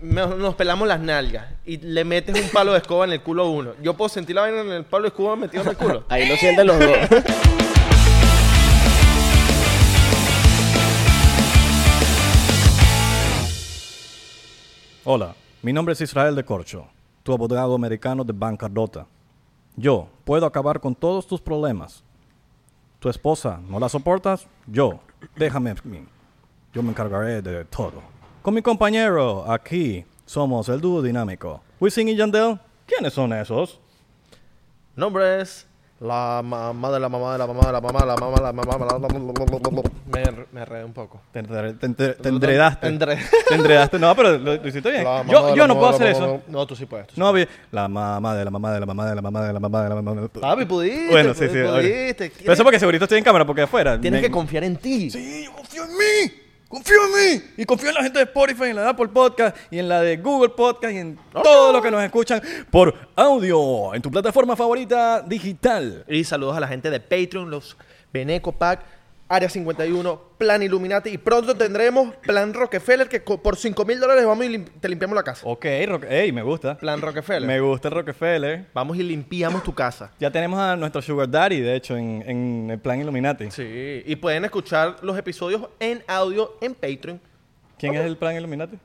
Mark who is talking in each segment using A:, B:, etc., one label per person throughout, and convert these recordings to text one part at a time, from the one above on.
A: me- nos pelamos las nalgas y le metes un palo de escoba en el culo a uno. Yo puedo sentir la vaina en el palo de escoba metido en el culo.
B: Ahí lo sienten los dos.
C: Hola, mi nombre es Israel de Corcho, tu abogado americano de bancarrota. Yo puedo acabar con todos tus problemas. Tu esposa no la soportas, yo, déjame a mí. Yo me encargaré de todo. Con mi compañero, aquí somos el dúo dinámico. Wisin y Yandel, ¿quiénes son esos?
A: Nombres. La mamá de la mamá de la mamá de la mamá de la mamá de la mamá de la mamá. Me, me enredé un poco.
C: Te, entre- te entre- te enredaste.
A: Entre-
C: Te enredaste. No, pero lo, lo hiciste bien.
A: La mamá de
C: Yo,
A: la
C: yo no
A: mamá
C: puedo
A: de la
C: hacer
A: mamá-
C: eso.
A: Eh, No, tú sí puedes. tú sí
C: No, vi- la mamá de la mamá de la mamá de la mamá de la mamá de la mamá de la
A: Papi, pudiste.
C: Bueno, sí,
A: pu-
C: sí. ok.
A: pudiste.
C: Pero eso porque segurito estoy en cámara, porque afuera.
A: Tienes
C: me-
A: que confiar en ti.
C: Sí, yo confío en mí. Confío en mí. Y confío en la gente de Spotify, en la de Apple Podcast, y en la de Google Podcast, y en
A: Ah.
C: todo lo que nos escuchan por audio, en tu plataforma favorita digital.
A: Y saludos a la gente de Patreon, los Beneco Pack, Área 51, Plan Illuminati. Y pronto tendremos Plan Rockefeller, que co- por 5 mil dólares vamos y lim- te limpiamos la casa.
C: Ok, Roque- ey, me gusta.
A: Plan Rockefeller.
C: Oh, Me gusta el Rockefeller.
A: Vamos y limpiamos tu casa.
C: Ya tenemos a nuestro Sugar Daddy, de hecho, en, en el plan Illuminati.
A: Sí. Y pueden escuchar los episodios en audio en Patreon.
C: ¿Quién es el plan Illuminati?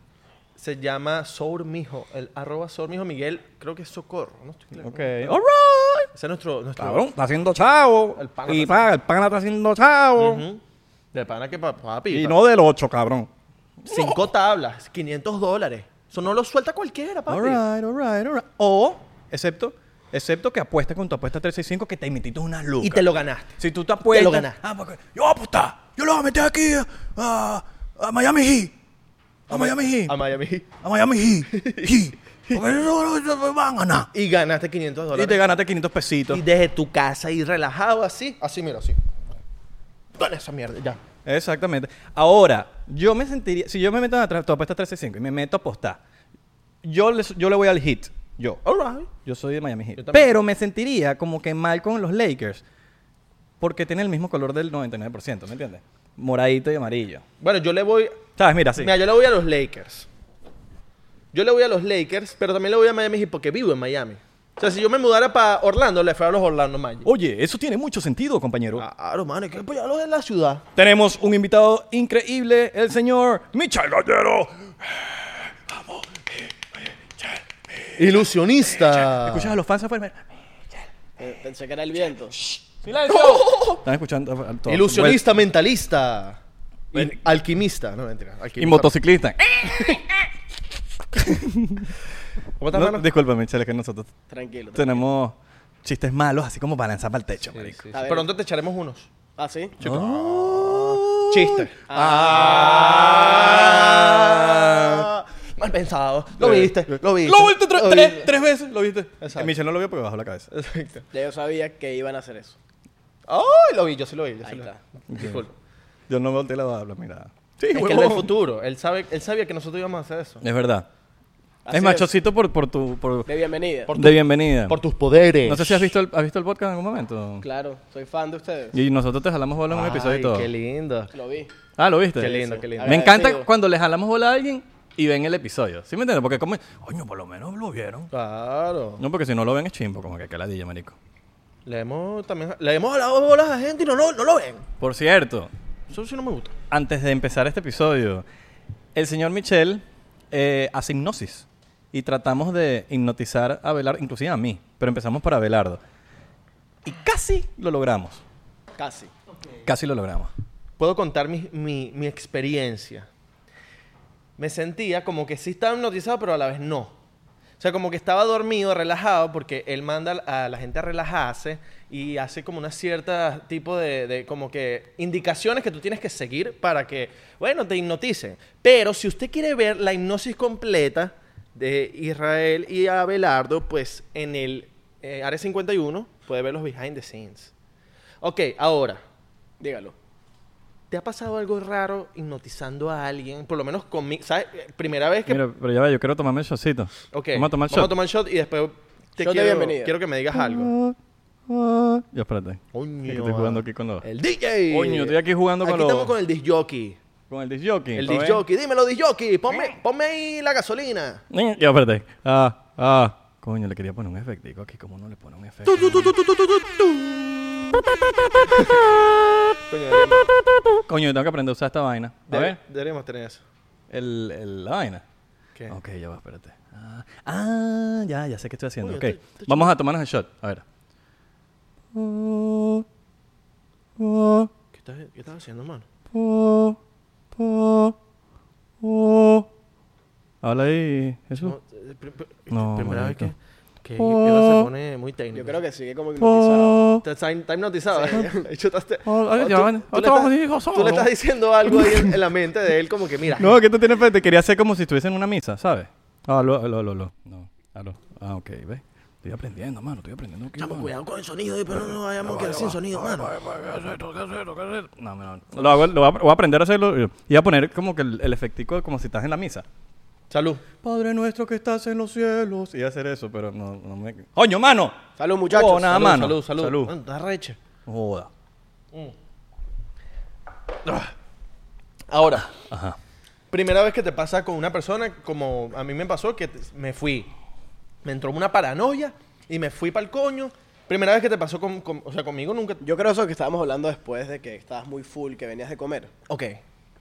A: Se llama Sor Mijo, el arroba Sor Mijo Miguel, creo que es Socorro, no estoy claro.
C: Ok. All right.
A: Ese es nuestro, nuestro
C: Cabrón, está haciendo chavo.
A: El pana
C: y
A: está-
C: paga, el pana está haciendo chavo.
A: Ujú. De pana que pa- papi.
C: Y
A: pa-
C: no del 8, cabrón.
A: Cinco tablas, 500 dólares. Eso no lo suelta cualquiera, papi.
C: Alright, alright, alright. O, excepto, excepto que apuestas con tu apuesta 365 que te metiste unas lucas.
A: Y te lo ganaste.
C: Si tú te apuestas.
A: Te lo ganas.
C: Ah, porque yo voy a apostar. Yo lo voy a meter aquí eh, a, a Miami Heat. A Miami Heat.
A: A Miami Heat.
C: A Miami Heat. Heat. Porque eso no me van a ganar.
A: Y ganaste 500 dólares.
C: Y te ganaste 500 pesitos.
A: Y desde tu casa y relajado así. Así, mira, así. Dale esa mierda, ya.
C: Exactamente. Ahora, yo me sentiría. Si yo me meto en la tu apuesta 365 y me meto a apostar, yo, les- yo le voy al hit. Yo.
A: Alright.
C: Yo soy de Miami
A: Yo
C: Heat.
A: también.
C: Pero me sentiría como que mal con los Lakers. Porque tiene el mismo color del 99%, ¿me entiendes? Moradito y amarillo.
A: Bueno, yo le voy.
C: ¿Sabes? Mira, sí.
A: Mira, yo le voy a los Lakers. Yo le voy a los Lakers, pero también le voy a Miami Heat porque vivo en Miami. O sea, si yo me mudara para Orlando, le fuera a los Orlando Magic.
C: Oye, eso tiene mucho sentido, compañero.
A: Claro, mano, hay que apoyarlos en la ciudad.
C: Tenemos un invitado increíble, el señor Michel Gallero.
A: Ilusionista.
C: ¿Escuchas a los fans afuera? Mira,
B: Eh, Pensé que era el viento.
C: Están escuchando. a- a todos.
A: Ilusionista, mentalista. Y alquimista, no mentira.
C: Y
A: Alquimista.
C: motociclista.
A: ¿Cómo estás,
C: No,
A: mano?
C: disculpa, Michel, es que nosotros
B: Tranquilo. tranquilo.
C: tenemos chistes malos, así como para lanzar para el techo,
A: Sí,
C: marico.
A: sí, sí.
B: A ver.
A: Ah, Pronto te echaremos unos.
B: ¿Ah, sí?
A: Chiste. Ah.
C: Ah.
A: Mal pensado. Lo viste, Eh. lo viste.
C: Lo viste tre-
A: lo
C: tres,
A: viste.
C: tres veces, lo viste.
A: Exacto.
C: Michel no lo vio porque bajó la cabeza.
A: Exacto.
B: Ya yo sabía que iban a hacer eso.
A: Ay, lo vi, yo sí lo vi. Yo sí
B: Ahí
A: lo vi.
B: está.
A: Disculpa.
C: Yo no me volteé la barba, mira. Sí,
A: Es que él del futuro. Él, sabe, él sabía que nosotros íbamos a hacer eso.
C: Es verdad.
B: Así
C: es machocito por, por tu... Por,
B: De bienvenida.
A: por
C: de bienvenida.
A: tus poderes.
C: No sé si has visto el, has visto el podcast en algún momento.
B: Claro, soy fan de ustedes.
C: Y nosotros te jalamos bola en un episodio y todo.
A: Qué lindo.
B: Lo vi.
C: Ah, ¿lo viste?
A: Qué lindo, qué lindo.
C: Me encanta
B: Agradecido.
C: cuando le jalamos bola a alguien y ven el episodio. ¿Sí me entiendes? Porque como... Coño, por lo menos lo vieron.
A: Claro.
C: No, porque si no lo ven es chimbo, como que caladilla, marico.
A: Le hemos, también, le hemos jalado bolas a gente y no, no, no lo ven.
C: Por cierto,
A: Eso sí no me gusta.
C: antes de empezar este episodio, el señor Michel eh, hace hipnosis y tratamos de hipnotizar a Belardo, inclusive a mí, pero empezamos para Belardo. Y casi lo logramos.
B: Casi.
C: Casi lo logramos.
A: puedo contar mi, mi- mi experiencia. Me sentía como que sí estaba hipnotizado, pero a la vez no. O sea, como que estaba dormido, relajado, porque él manda a la gente a relajarse y hace como una cierta tipo de, de como que indicaciones que tú tienes que seguir para que, bueno, te hipnoticen. Pero si usted quiere ver la hipnosis completa de Israel y Abelardo, pues en el eh, Área 51 puede ver los behind the scenes. Ok, ahora,
B: Dígalo.
A: ¿Te ha pasado algo raro hipnotizando a alguien? Por lo menos conmigo, ¿sabes? Eh, Primera vez que...
C: Mira, pero ya va, yo quiero tomarme el shotcito.
A: Ok,
C: Vamos a tomar
A: Vamos
C: el shot.
A: a tomar el shot y después te
B: Shot de
A: quiero,
B: bienvenida.
A: quiero que me digas algo.
C: Ah, ah. Ya, espérate.
A: Coño.
C: Es que estoy jugando aquí con los...
A: El DJ.
C: Coño, estoy aquí jugando con
A: Aquí
C: los-
A: estamos con el disc jockey.
C: Con el disjockey.
A: El
C: ¿lo ven?
A: disc jockey, dímelo disc jockey, ponme, ponme ahí la gasolina.
C: Eh, Ya, espérate. Ah, ah. Coño, le quería poner un efectico aquí. ¿Cómo no le pone un efecto?
A: Coño, deberíamos,
C: Coño, tengo que aprender a usar esta vaina. A ver.
A: deberíamos tener eso.
C: El, el- la vaina.
A: ¿Qué?
C: Ok, ya va, espérate. Ah, ah, ya, ya sé qué estoy haciendo.
A: Uy,
C: ok,
A: estoy- estoy
C: vamos a tomarnos el shot. A ver. Po, po,
A: ¿Qué estás, qué estás haciendo, mano?
C: po, po, po. Habla ahí, eso.
A: No, eh, pr- pr-
C: No,
A: primera
C: marico.
A: vez que, que Eva se pone muy técnico.
B: Yo creo que sigue
A: Oh.
B: como hipnotizado.
C: Po,
A: Está, está está hipnotizado. El hecho está-
C: Oh, ay,
A: Oh,
C: ya
A: tú-
C: van.
A: tú
C: Otro
A: le estás-
C: hijo
A: Tú
C: solo.
A: le estás diciendo algo ahí en, en la mente de él como que mira.
C: No, que tú tienes frente. Quería hacer como si estuviese en una misa, ¿sabes? Ah, aló, aló, aló, aló. No, aló. Ah, ok, ve. Estoy aprendiendo, mano. Estoy aprendiendo. aquí,
A: Chamo,
C: mano.
A: cuidado con el sonido, eh, pero no nos vayamos a quedar sin sonido, mano.
C: pues, No, no, no. Lo, hago- lo voy a- voy a aprender a hacerlo. eh, Y voy a poner como que el, el efectico como si estás en la misa.
A: Salud.
C: Padre nuestro que estás en los cielos. Y hacer eso, pero no, no me... ¡Coño, mano!
B: Salud, Mm. muchachos.
C: Oh, nada
A: Salud,
C: mano.
A: Salud, salud.
C: Salud.
A: Mano, estás recha.
C: Joda.
B: Ah.
A: Ahora,
C: Ajá.
A: primera vez que te pasa con una persona, como a mí me pasó, que te- me fui. Me entró una paranoia y me fui para el coño. Primera vez que te pasó con, con- o sea, conmigo nunca.
B: Yo creo eso que estábamos hablando después de que estabas muy full, que venías de comer.
A: Ok.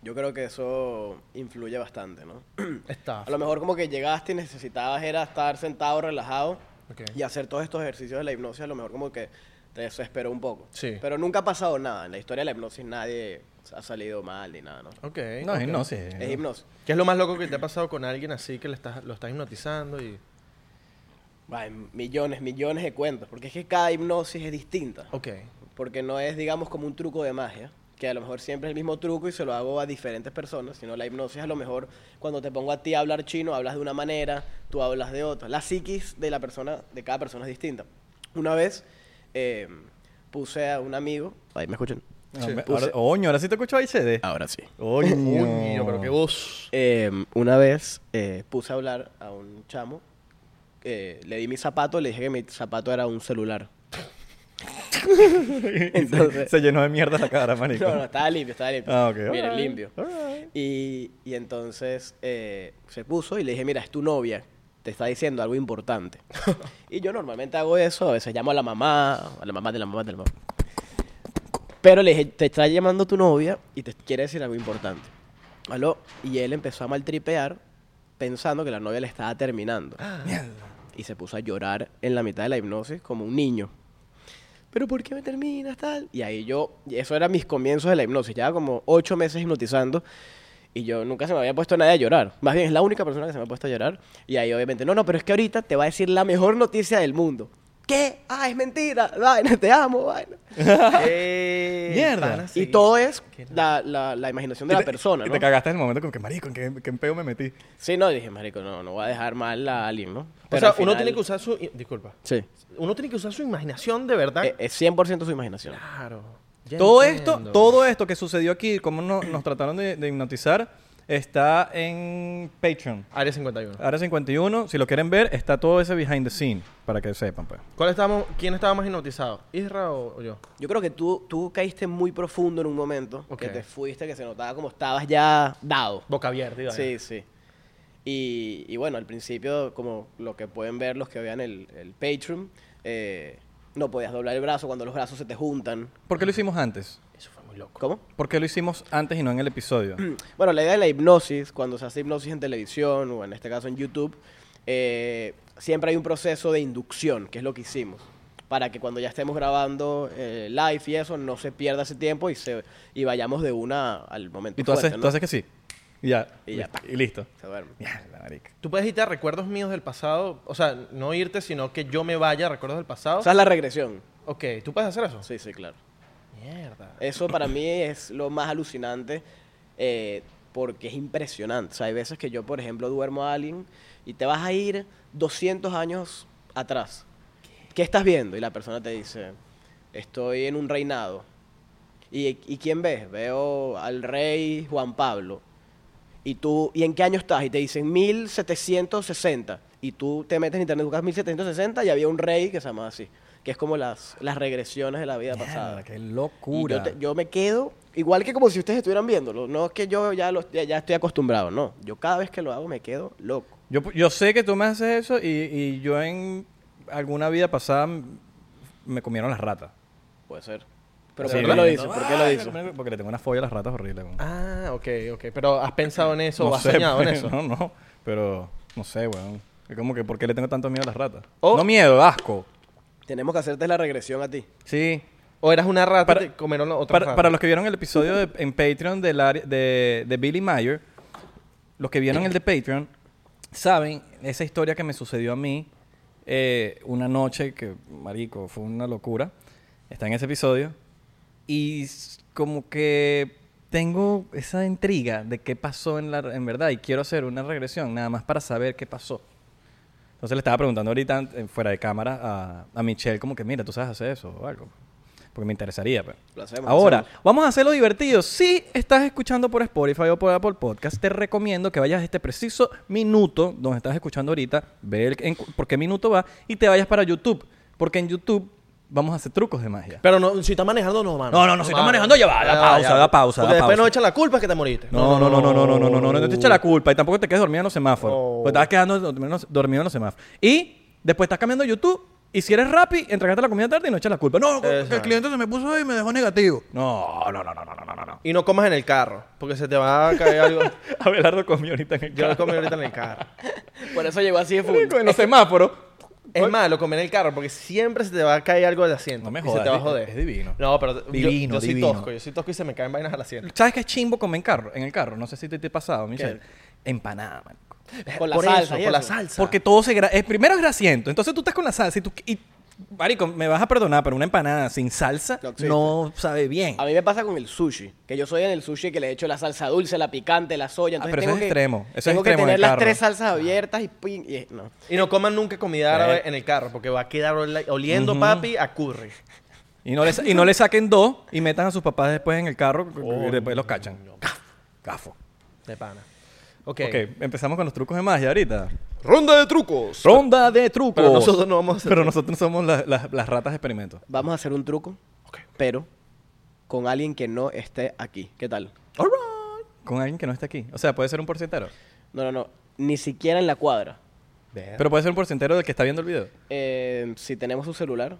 B: Yo creo que eso influye bastante, ¿no?
A: Está.
B: A lo mejor como que llegaste y necesitabas era estar sentado, relajado
A: Ok.
B: y hacer todos estos ejercicios de la hipnosis, a lo mejor como que te desesperó un poco.
A: Sí.
B: Pero nunca ha pasado nada. En la historia de la hipnosis nadie ha salido mal ni nada, ¿no?
A: Ok.
C: No,
A: ok.
C: no, sí.
B: Es hipnosis.
A: ¿Qué es lo más loco que te ha pasado con alguien así que le estás, lo estás hipnotizando y.
B: Ay, millones, millones de cuentos. Porque es que cada hipnosis es distinta.
A: Ok.
B: Porque no es, digamos, como un truco de magia, que a lo mejor siempre es el mismo truco y se lo hago a diferentes personas, sino la hipnosis a lo mejor cuando te pongo a ti a hablar chino, hablas de una manera, tú hablas de otra. La psiquis de la persona, de cada persona es distinta. Una vez eh, puse a un amigo, ahí me escuchan.
C: No, me-
B: puse-
C: ahora, oño, ahora sí te escucho ahí, CD.
B: Ahora sí.
C: Oño.
A: Uy, yo, pero qué voz.
B: una vez eh, puse a hablar a un chamo, eh, le di mi zapato, le dije que mi zapato era un celular. Entonces,
C: Se llenó de mierda la cara, marico.
B: No, no, estaba limpio, estaba limpio.
C: Ah, ok.
B: Bien,
C: alright,
B: limpio.
C: alright.
B: Y, y entonces eh, se puso y le dije, mira, es tu novia, te está diciendo algo importante. y yo normalmente hago eso, a veces llamo a la mamá, a la mamá de la mamá de la mamá. Pero le dije, te está llamando tu novia y te quiere decir algo importante. Aló, y él empezó a maltripear pensando que la novia le estaba
C: Ah,
B: terminando. Y se puso a llorar en la mitad de la hipnosis como un niño. ¿Pero por qué me terminas tal? Y ahí yo, y eso era mis comienzos de la hipnosis, llevaba como ocho meses hipnotizando y yo nunca se me había puesto nadie a llorar. Más bien es la única persona que se me ha puesto a llorar. Y ahí obviamente, no, no, pero es que ahorita te va a decir la mejor noticia del mundo. ¿Qué? Ah, es mentira. Vaina, te amo, vaina.
A: Eh,
C: Mierda.
A: pana,
B: Y
A: sí.
B: todo es
A: Qué
B: la, la- la imaginación de
C: Y
B: la
C: te-
B: persona,
C: Y
B: ¿no?
C: te cagaste en el momento como que, marico, ¿en qué, en qué peo me metí?
B: Sí, no, dije, marico, no, no voy a dejar mal a alguien, ¿no?
A: O
B: Pero
A: sea,
B: al
A: uno
B: final-
A: tiene que usar su. Disculpa.
B: Sí,
A: Uno tiene que usar su imaginación de verdad.
B: e- es 100% su imaginación.
A: Claro. Ya
C: Eh, Todo
A: entiendo.
C: esto, todo esto que sucedió aquí, como nos trataron de, de hipnotizar, está en Patreon.
A: Área 51.
C: Área 51, si lo quieren ver, está todo ese behind the scene, para que sepan, pues.
A: ¿Cuál estábamos, ¿Quién estaba más hipnotizado? ¿Isra o, o yo?
B: Yo creo que tú, tú caíste muy profundo en un momento,
A: Ok.
B: que te fuiste, que se notaba como estabas ya dado.
A: Boca abierta. y vaina.
B: Sí, sí. Y, y bueno, al principio, como lo que pueden ver los que vean el, el Patreon, eh, no podías doblar el brazo cuando los brazos se te juntan.
C: ¿Por qué lo hicimos antes?
A: Eso fue muy loco.
B: ¿Cómo?
C: ¿Por qué lo hicimos antes y no en el episodio?
B: Bueno, la idea de la hipnosis, cuando se hace hipnosis en televisión o en este caso en YouTube, eh, siempre hay un proceso de inducción, que es lo que hicimos, para que cuando ya estemos grabando eh, live y eso, no se pierda ese tiempo y, se, y vayamos de una al momento.
C: y tú
B: fuerte,
C: haces,
B: ¿no?
C: tú haces que sí. Y ya.
B: Y ya.
C: Y listo.
B: Se duerme.
C: Mierda, marica.
A: Tú puedes irte a recuerdos míos del pasado. O sea, no irte, sino que yo me vaya a recuerdos del pasado.
B: O sea, es la regresión.
A: ok, ¿tú puedes hacer eso?
B: Sí, sí, claro.
A: Mierda.
B: Eso para mí es lo más alucinante eh, porque es impresionante. O sea, hay veces que yo, por ejemplo, duermo a alguien y te vas a ir 200 años atrás. ¿Qué, estás viendo? Y la persona te dice, estoy en un reinado. ¿Y, y quién ves? Veo al rey Juan Pablo. ¿Y tú, y en qué año estás? Y te dicen 1760. Y tú te metes en internet, buscas 1760 y había un rey que se llamaba así. Que es como las, las regresiones de la vida pasada.
C: Mierda, qué
B: Y yo
C: locura.
B: te- Yo, me quedo Igual que como si ustedes estuvieran viéndolo. No es que yo ya, lo- ya, ya estoy acostumbrado, no. Yo cada vez que lo hago me quedo loco.
C: Yo, yo sé que tú me haces eso y, y yo en alguna vida pasada m- me comieron las ratas.
B: Puede ser. Pero
C: Sí,
B: ¿por qué
C: ¿verdad?
B: lo hizo? ¿Por qué lo
C: Ay,
B: hizo?
C: me- Ah, Porque le tengo una fobia a las ratas horrible. güey.
A: Ah, ok, ok. Pero has pensado en eso
C: No
A: o has
C: sé,
A: soñado en
C: pues,
A: eso.
C: No, no. Pero no sé, weón. Es como que ¿por qué le tengo tanto miedo a las ratas?
A: O-
C: No miedo, asco.
B: Tenemos que hacerte la regresión a ti.
C: Sí.
A: O eras una rata
C: Para-
A: y te comieron otra
C: Para,
A: rata.
C: para los que vieron el episodio de- en Patreon del área- de, de Billy Mayer, los que vieron el de Patreon, saben esa historia que me sucedió a mí eh, una noche que, marico, fue una locura. Está en ese episodio. Y s- como que tengo esa intriga de qué pasó en, la, en verdad y quiero hacer una regresión nada más para saber qué pasó. Entonces le estaba preguntando ahorita an- eh, fuera de cámara a, a Michelle como que, mira, tú sabes hacer eso o algo. Porque me interesaría. pues. pero-
B: Lo hacemos,
C: Ahora,
B: lo hacemos.
C: vamos a hacerlo divertido. Si estás escuchando por Spotify o por Apple Podcast, te recomiendo que vayas a este preciso minuto donde estás escuchando ahorita, ve el- en cu- por qué minuto va y te vayas para YouTube. Porque en YouTube vamos a hacer trucos de magia.
A: Pero no, si estás manejando, no, mano.
C: No, no, no, si estás
A: mano.
C: manejando, ya va, da pausa, da pausa,
A: Porque
C: da
A: después
C: pausa.
A: no echan la culpa que te moriste.
C: No, no, no, no, no, no, no, no, no, no te eches la culpa y tampoco te quedes dormido en los semáforos.
A: No.
C: Porque te vas quedando dormido en los- dormido en los semáforos. Y después estás cambiando YouTube y si eres Rappi, entregaste la comida tarde y no eches la culpa. No, que el
A: Exacto.
C: cliente se me puso y me dejó negativo. No, no, no, no, no, no, no, no.
A: Y no comas en el carro, porque se te va a caer algo.
C: Abelardo comió ahorita en el
A: Yo lo
C: carro.
A: comí ahorita en el carro.
B: Por eso llegó así de full.
C: Marico, en los semáforos.
A: Es malo comer en el carro porque siempre se te va a caer algo del asiento.
C: No me
A: y
C: jodas,
A: se te va a
C: es-
A: joder.
C: es divino.
A: No, pero yo-
C: Divino,
A: yo, soy
C: divino.
A: tosco, yo soy tosco y se me caen vainas al asiento.
C: ¿Sabes qué chimbo comer en carro? En el carro, no sé si te, te ha pasado, Michelle. Empanada, man.
B: Con la
A: Por
B: salsa.
A: eso,
B: y
A: con la
B: eso.
A: salsa.
C: Porque todo se gra- eh, primero es grasiento, entonces tú estás con la salsa y tú y marico, me vas a perdonar, pero una empanada sin salsa
B: No existe.
C: no, sabe bien.
B: A mí me pasa con el sushi, que yo soy en el sushi que le echo la salsa dulce, la picante, la soya.
C: Ah,
B: Entonces
C: pero eso
B: tengo
C: es
B: que,
C: extremo, eso es
B: tengo que
C: extremo
B: tener
C: en el
B: las
C: carro. Ah.
B: tres salsas abiertas y, pin, y- no.
A: Y no coman nunca comida
C: Eh.
A: árabe en el carro porque va a quedar oli- oliendo, papi, a curry.
C: Y no, le, sa- y no le saquen dos y metan a sus papás después en el carro
A: Oh,
C: y después los cachan. Gaf- Gafo.
A: De pana. Ok.
C: ok, empezamos con los trucos de magia ahorita.
A: Ronda de trucos.
C: Ronda de trucos.
A: Pero nosotros no vamos a hacer
C: Pero
A: trucos.
C: nosotros somos la- la- las ratas de experimento.
B: Vamos a hacer un truco,
A: Ok.
B: pero con alguien que no esté aquí. ¿Qué tal?
A: All right.
C: Con alguien que no está aquí. O sea, puede ser un porcentero.
B: No, no, no. Ni siquiera en la cuadra.
C: Pero puede ser un porcentero del que está viendo el video.
B: Eh, si tenemos un celular,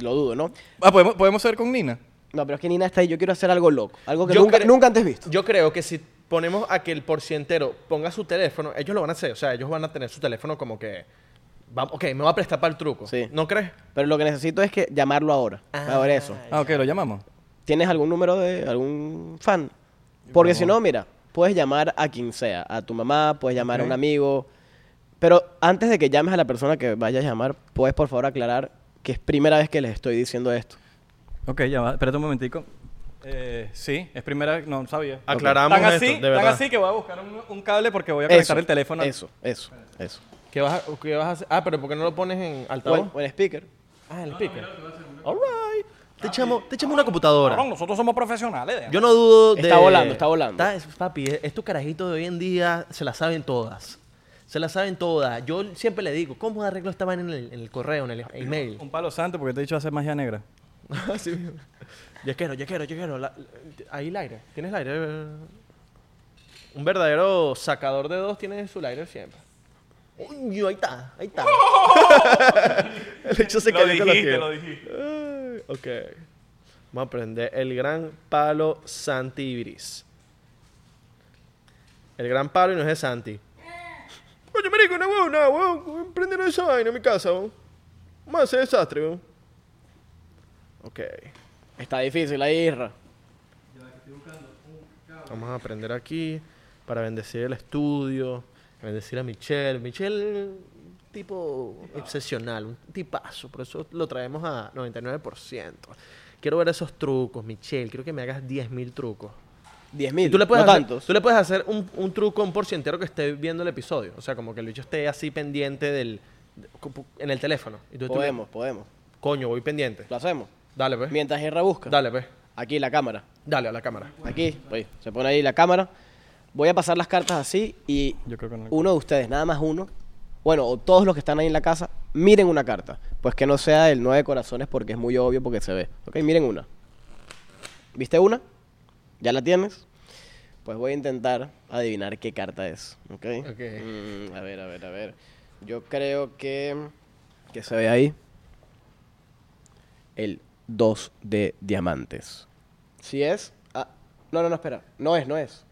B: lo dudo, ¿no?
C: Ah, podemos, podemos ver con Nina.
B: No, pero es que Nina está ahí. Yo quiero hacer algo loco. Algo que
A: Yo
B: nunca,
A: cre-
B: nunca antes visto.
A: Yo creo que si ponemos a que el porcientero ponga su teléfono, ellos lo van a hacer. O sea, ellos van a tener su teléfono como que. va- ok, me va a prestar para el truco.
B: Sí.
A: ¿No crees?
B: Pero lo que necesito es que llamarlo ahora.
A: Ah.
B: ahora eso.
C: Ah, ok, lo llamamos.
B: ¿Tienes algún número de algún fan? Porque si no, mira, puedes llamar a quien sea, a tu mamá, puedes llamar a
C: Ok.
B: un amigo. Pero antes de que llames a la persona que vayas a llamar, puedes por favor aclarar que es primera vez que les estoy diciendo esto.
C: Ok, ya va. Espérate un momentico. Eh, sí, es primera... No, sabía.
A: Aclaramos
C: tan así,
A: esto, de
C: tan
A: verdad.
C: así que voy a buscar un, un cable porque voy a conectar
B: Eso,
C: el teléfono.
B: Eso, eso, eso.
A: ¿Qué vas, a, ¿Qué vas a hacer? Ah, pero ¿por qué no lo pones en
B: O
A: altavoz?
B: en, o en speaker.
A: Ah, el speaker. All right. Te echamos, te echamos una computadora.
C: Cabrón, nosotros somos profesionales.
A: Yo no dudo de...
B: Está volando, está volando.
A: Está- es- papi, es- estos carajitos de hoy en día se la saben todas. Se la saben todas. Yo siempre le digo, ¿cómo arreglo esta vaina en el, en el correo, en el email?
C: Un palo santo porque te he dicho hacer magia negra.
A: Así mismo. Yaquero, yaquero, yaquero. la- la- ahí el aire. ¿Tienes el aire? Un verdadero sacador de dos tiene su aire siempre. Uy, ahí está, ahí está. el hecho se cayó con la piedra.
C: dijiste.
A: Ay, Ok. Vamos a prender el gran palo Santi Ibris. El gran palo y no es de Santi. Oye, marico, no huevo, nada, huevo. Prendieron esa vaina en mi casa, huevo. Más ese desastre, huevo. Ok.
B: Está difícil ahí, Isra.
A: Vamos a aprender aquí para bendecir el estudio, bendecir a Michelle. Michelle, tipo obsesional, un tipazo, por eso lo traemos a 99%. Quiero ver esos trucos, Michelle, quiero que me hagas 10.000 trucos.
B: 10
A: Y
B: mil.
A: tú le puedes
B: no
A: hacer,
B: tantos.
A: tú le puedes hacer un, un truco a un porcientero que esté viendo el episodio, o sea, como que el bicho esté así pendiente del de- en el teléfono. Y tú- tú le-
B: Podemos, podemos.
A: Coño, voy pendiente.
B: Lo hacemos.
A: Dale, pues.
B: Mientras Isra busca.
A: Dale, pues.
B: Aquí la cámara.
A: Dale a la cámara.
B: Aquí, oye, se pone ahí la cámara. Voy a pasar las cartas así y
C: Yo creo que no.
B: uno de ustedes, nada más uno, bueno, o todos los que están ahí en la casa, miren una carta. Pues que no sea el nueve de corazones porque es muy obvio porque se ve. Ok, miren una. ¿Viste una? ¿Ya la tienes? Pues voy a intentar adivinar qué carta es, ¿ok?
A: Ok.
B: Mm, a ver, a ver, a ver. Yo creo que... ¿Qué se ve ahí? El 2 de diamantes. ¿Sí es? Ah, no, no, no, espera. No es, no es.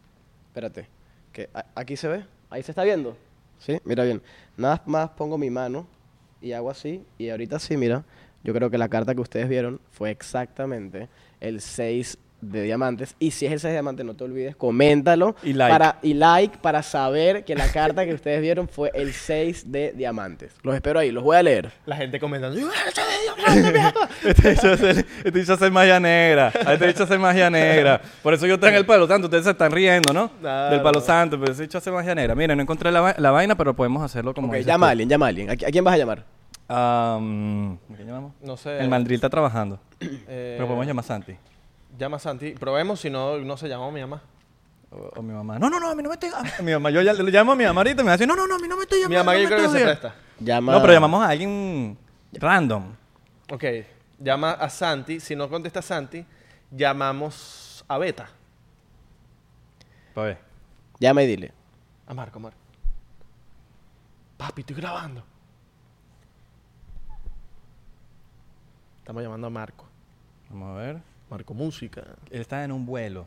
B: Espérate. Que a- aquí se ve. Ahí se está viendo. Sí, mira bien. Nada más pongo mi mano y hago así. Y ahorita sí, mira. Yo creo que la carta que ustedes vieron fue exactamente el 6 de diamantes. Y si es el 6 de diamantes, no te olvides, coméntalo.
C: Y like.
B: Para, y like para saber que la carta que ustedes vieron fue el 6 de diamantes. Los espero ahí, los voy a leer.
A: La gente comentando.
C: Este dicho hacer, este bicho hace magia negra. Este dicho hace magia negra. Por eso yo estoy en el palo santo. Ustedes se están riendo, ¿no?
A: Claro.
C: Del palo santo. Pero ese dicho hace magia negra. Miren, no encontré la, va- la vaina, pero podemos hacerlo como.
B: Ok,
C: dices
B: llama a
C: tú.
B: alguien, llama a alguien. ¿A, qui- a quién vas a llamar?
C: Ah, mm, ¿a quién llamamos?
A: No sé.
C: El mandril está trabajando.
A: eh,
C: Pero podemos llamar a Santi.
A: Llama a Santi. Probemos si no, no se llamó mi mamá.
C: O, o mi mamá. No, no, no, a mí no me estoy. A mi mamá, yo ya le llamo a mi mamá ahorita y me dice, no, no, no, a mí no me estoy
A: Mi
C: llamando.
A: mamá
C: no
A: yo
C: me
A: creo que
C: estoy
A: se
C: jodiendo".
A: presta.
B: Llama...
C: No, pero llamamos a alguien random.
A: Ok. Llama a Santi. Si no contesta Santi, llamamos a Beta.
C: Pa' ver.
B: Llama y dile.
A: A Marco, Marco. Papi, estoy grabando. Estamos llamando a Marco.
C: Vamos a ver.
A: Marco Música.
C: Él está en un vuelo.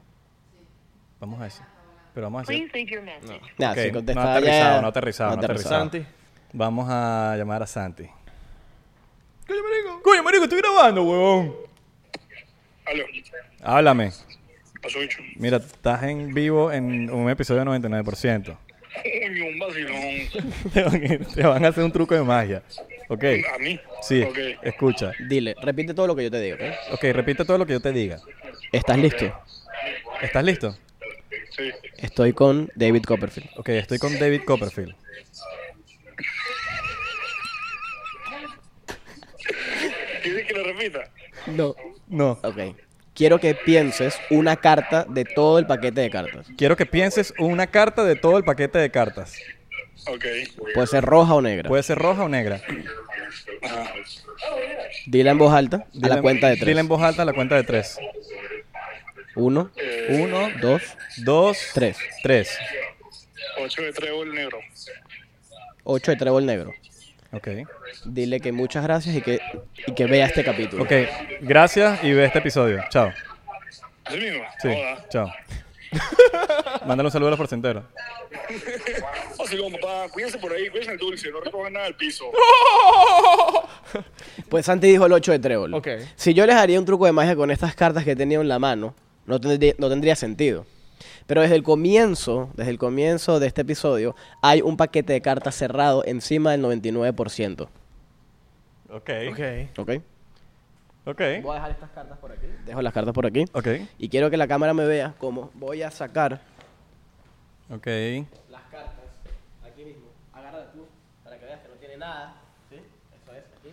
C: Vamos a decir. Pero vamos a decir.
D: Please leave your message.
B: Nah,
C: Ok,
B: si contesta
C: no aterrizado,
B: ya-
C: no aterrizado, no aterrizado.
A: Santi.
C: Vamos a llamar a Santi.
A: Coño, marico.
C: Coño, marico, estoy grabando, huevón.
E: Aló,
C: Háblame.
E: pasó bicho.
C: Mira, estás en vivo en un episodio de 99%.
E: Coño, un vacilón.
C: Te van, te van a hacer un truco de magia. ¿Ok?
E: A mí.
C: Sí,
E: Ok.
C: escucha.
B: Dile, repite todo lo que yo te digo, ¿ok?
C: Ok, repite todo lo que yo te diga.
B: ¿Estás listo?
C: ¿Estás listo?
E: Sí.
B: Estoy con David Copperfield.
C: Ok, estoy con David Copperfield.
E: ¿Quieres que lo repita?
B: No.
C: No.
B: Ok. Quiero que pienses una carta de todo el paquete de cartas.
C: Quiero que pienses una carta de todo el paquete de cartas.
E: Ok.
B: Puede ser roja o negra.
C: Puede ser roja o negra.
E: Ajá.
B: Dila en voz alta a
C: Dile-
B: la cuenta de tres.
C: Dile en voz alta a la cuenta de tres.
B: Uno,
C: Uno,
B: dos,
C: dos,
B: tres.
C: tres.
E: Ocho de trébol negro.
B: Ocho de trébol negro.
C: Ok.
B: Dile que muchas gracias y que, y que vea este capítulo.
C: Ok, gracias y ve este episodio. Chao.
E: ¿Así mismo?
C: Sí,
E: Hola.
C: chao. Mándale un saludo a los porcenteros.
E: Así como, papá, cuídense por ahí, cuídense el dulce, no recojan nada del piso.
B: Pues Santi dijo el 8 de trébol.
A: Ok.
B: Si yo les haría un truco de magia con estas cartas que he tenido en la mano, no tendría, no tendría sentido. Pero desde el comienzo, desde el comienzo de este episodio, hay un paquete de cartas cerrado encima del 99%.
C: Ok.
A: Ok.
B: ¿Ok?
C: Ok.
B: Voy a dejar estas cartas por aquí. Dejo las cartas por aquí.
C: Ok.
B: Y quiero que la cámara me vea cómo voy a sacar
C: Ok.
B: las cartas aquí mismo. Agárrala tú para que veas que no tiene nada. ¿Sí? Eso es, aquí.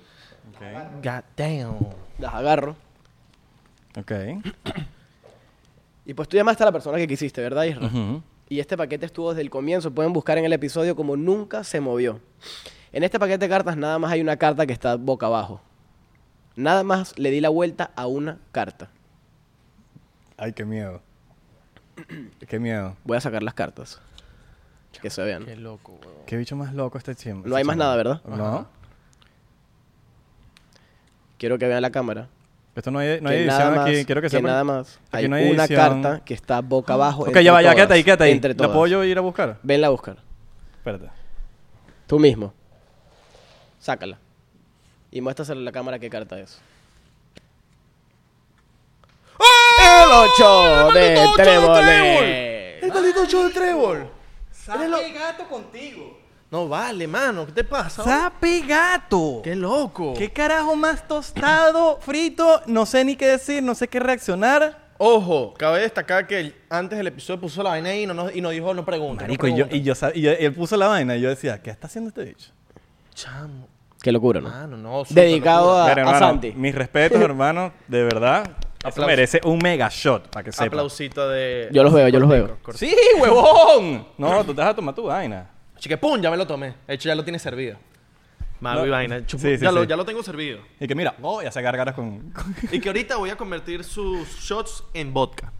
C: Ok.
A: God damn.
B: Las agarro.
C: Ok.
B: Y pues tú llamaste a la persona que quisiste, ¿verdad, Isra?
C: Ujú.
B: Y este paquete estuvo desde el comienzo. Pueden buscar en el episodio como nunca se movió. En este paquete de cartas nada más hay una carta que está boca abajo. Nada más le di la vuelta a una carta.
C: Ay, qué miedo. Qué miedo.
B: Voy a sacar las cartas. Que se vean.
A: Qué loco, weón.
C: Qué bicho más loco este chimbo.
B: No hay más nada, ¿verdad?
C: No.
B: Quiero que vean la cámara.
C: Esto no hay, no hay
B: que
C: edición
B: nada más,
C: aquí. Quiero que, sepan.
B: nada más
C: aquí
B: hay
C: no hay
B: una
C: edición.
B: carta que está boca abajo.
C: Ok,
B: entre
C: ya va, ya,
B: todas,
C: quédate ahí, quédate ahí.
B: Entre
C: ¿La
B: todas.
C: puedo yo ir a buscar?
B: Venla a buscar.
C: Espérate.
B: Tú mismo. Sácala. Y muéstrasela a la cámara qué carta es. ¡El 8 ¡Ah! de tréboles!
A: El maldito show de trébol. Eres lo... gato contigo. No vale, mano. ¿Qué te pasa?
C: ¡Sape gato!
A: Qué loco.
C: ¿Qué carajo más tostado, frito? No sé ni qué decir, no sé qué reaccionar.
A: Ojo, cabe destacar que el- antes del episodio puso la vaina ahí y no, nos- y nos dijo, no pregunta.
C: Marico, y yo, y yo sab- y yo- y él puso la vaina y yo decía, ¿qué está haciendo este bicho?
A: Chamo.
B: Qué locura, Ah, ¿no?
A: Mano, no. súper
B: Dedicado
A: locura.
B: Ah, a,
C: Pero,
B: a
C: hermano,
B: Santi.
C: Mis respetos, hermano, de verdad. Eso
A: Aplausos.
C: merece un mega shot, para que sepa.
A: Aplausito de...
B: Yo los veo, yo los veo.
A: Cortico, cortico.
C: ¡Sí, huevón! No, tú te vas a tomar tu vaina.
A: Así que pum, ya me lo tomé. De hecho, ya lo tiene servido. Mago y
C: No.
A: vaina. Chupo-
C: Sí, sí,
A: ya, Lo,
C: sí.
A: ya lo tengo servido.
C: Y que mira, oh, ya se gargaras con, con-
A: Y que ahorita voy a convertir sus shots en vodka.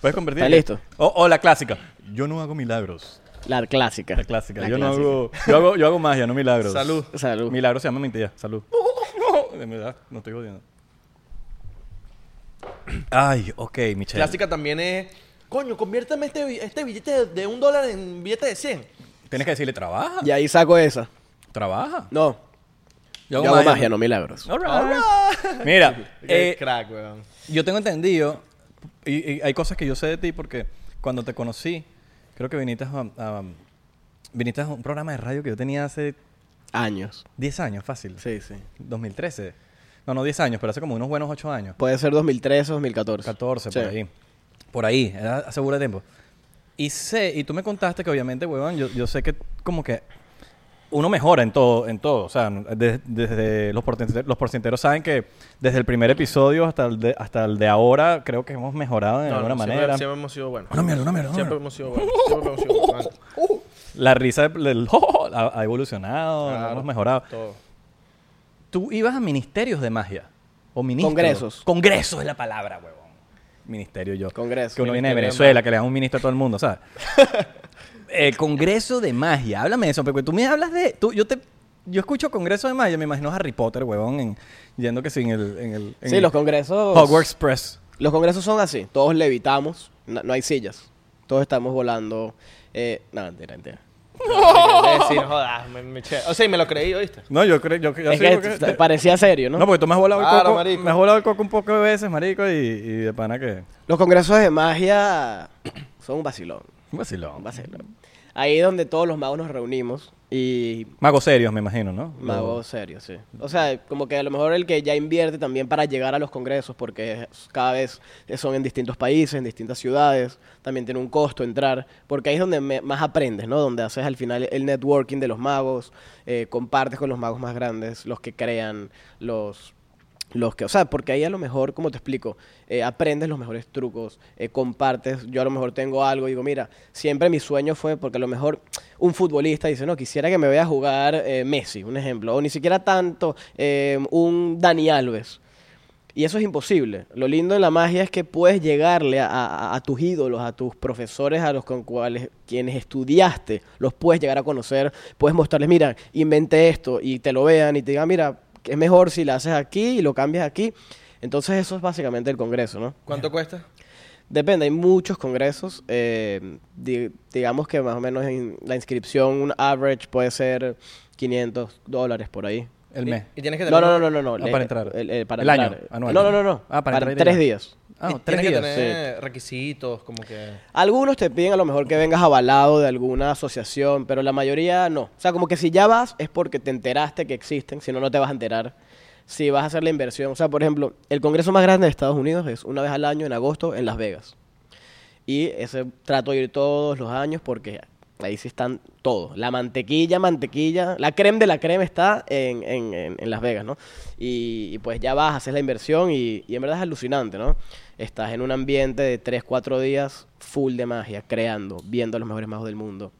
C: Puedes convertir.
B: Está listo.
C: O, o la clásica. Yo no hago milagros.
B: La clásica.
C: La clásica.
B: La
C: yo
B: clásica.
C: no hago. Yo hago, yo hago magia, no milagros.
A: Salud.
B: Salud.
C: Milagros se llama mentira. Salud. De verdad, no estoy jodiendo. Ay, ok, Michelle.
A: Clásica también es. Coño, conviértame este, bi- este billete de, de un dólar en billete de 100.
C: Tienes que decirle, trabaja.
B: Y ahí saco esa.
C: Trabaja.
B: No, yo hago magia, no milagros.
C: All right. Mira,
A: Qué
C: eh,
A: crack, weón.
C: Yo tengo entendido, y, y hay cosas que yo sé de ti porque cuando te conocí, creo que viniste a, a- viniste a un programa de radio que yo tenía hace
B: Años.
C: 10 años, fácil.
B: Sí, sí.
C: 2013. No, no 10 años, pero hace como unos buenos 8 años.
B: Puede ser 2013 o 2014.
C: 14, por
B: Sí.
C: ahí. Por ahí, era hace burda de tiempo. Y sé, y tú me contaste que obviamente, huevón, yo, yo sé que como que uno mejora en todo, en todo. O sea, de- desde los porcenteros, los porcenteros saben que desde el primer episodio hasta el de, hasta el de ahora, creo que hemos mejorado de
A: No,
C: alguna
A: no, siempre-
C: manera.
A: Siempre hemos sido buenos.
C: Una mierda, una mierda, una
A: Siempre
C: mierda.
A: hemos sido buenos. Siempre hemos sido buenos.
C: Uh, La risa del, del ha, ha evolucionado,
A: Claro,
C: hemos mejorado.
A: Todo.
C: Tú ibas a ministerios de magia. O ministros.
B: Congresos.
C: Congresos es la palabra, huevón. Ministerio yo.
B: Congreso.
C: Que uno viene de
A: Ministerio de
C: Venezuela, que le dan un ministro a todo el mundo, ¿sabes? el Congreso de Magia. Háblame de eso, porque tú me hablas de... Tú, yo te... Yo escucho Congreso de Magia, me imagino a Harry Potter, huevón, en- yendo que sí en el... En el en
B: Sí,
C: el
B: los congresos.
C: Hogwarts Press.
B: Los congresos son así. Todos levitamos. No, no hay sillas. Todos estamos volando. Eh, no, mentira, mentira.
A: Sí, no jodas, me- me che- O sea, y me lo creí, ¿oíste?
C: No, yo creo... Yo, yo
B: es
C: sí
B: que
C: creo que-
B: t- parecía serio, ¿no? pues,
C: No, porque tú me has volado el
A: Claro,
C: coco.
A: marico.
C: Me has volado el coco un poco de veces, marico, y, y de pana que...
B: Los congresos de magia son un vacilón.
C: Un
B: Un
C: vacilón.
B: vacilón. Ahí es donde todos los magos nos reunimos y
C: Magos serios, me imagino, ¿no?
B: Mago serio, sí. O sea, como que a lo mejor el que ya invierte también para llegar a los congresos, porque es- cada vez son en distintos países, en distintas ciudades, también tiene un costo entrar, porque ahí es donde me- más aprendes, ¿no? Donde haces al final el networking de los magos, eh, compartes con los magos más grandes, los que crean, los, los que, o sea, porque ahí a lo mejor, como te explico, eh, aprendes los mejores trucos, eh, compartes, yo a lo mejor tengo algo, digo, mira, siempre mi sueño fue, porque a lo mejor un futbolista dice, no, quisiera que me vea jugar eh, Messi, un ejemplo, o ni siquiera tanto, eh, un Dani Alves. Y eso es imposible. Lo lindo en la magia es que puedes llegarle a, a- a tus ídolos, a tus profesores, a los con cuales, quienes estudiaste, los puedes llegar a conocer, puedes mostrarles, mira, inventé esto y te lo vean y te digan, mira, es mejor si la haces aquí y lo cambias aquí. Entonces eso es básicamente el Congreso, ¿no?
A: ¿Cuánto cuesta?
B: Depende, hay muchos congresos. eh, di- digamos que más o menos en la inscripción, un average puede ser 500 dólares por ahí.
C: El mes.
A: Y tienes que
B: No,
A: tener
B: no,
A: una-
B: no, no, no.
C: Ah,
B: le-
C: para entrar.
B: El, el- para
C: El año,
B: entrar.
C: anual.
B: No, no, no, no.
C: Ah, para
B: para
C: entrar y
B: tres
C: ya.
B: días.
C: Ah,
A: y tienes
C: tres
A: que
C: días.
A: tener requisitos, como que...
B: Algunos te piden a lo mejor que vengas avalado de alguna asociación, pero la mayoría no. O sea, como que si ya vas es porque te enteraste que existen, si no, no te vas a enterar. Si vas a hacer la inversión. O sea, por ejemplo, el congreso más grande de Estados Unidos es una vez al año, en agosto, en Las Vegas. Y ese trato de ir todos los años porque ahí sí están todos. La mantequilla, mantequilla, la creme de la creme está en, en- en- en Las Vegas, ¿no? Y, y pues ya vas, haces la inversión y, y en verdad es alucinante, ¿no? Estás en un ambiente de 3, 4 días full de magia, creando, viendo a los mejores magos del mundo,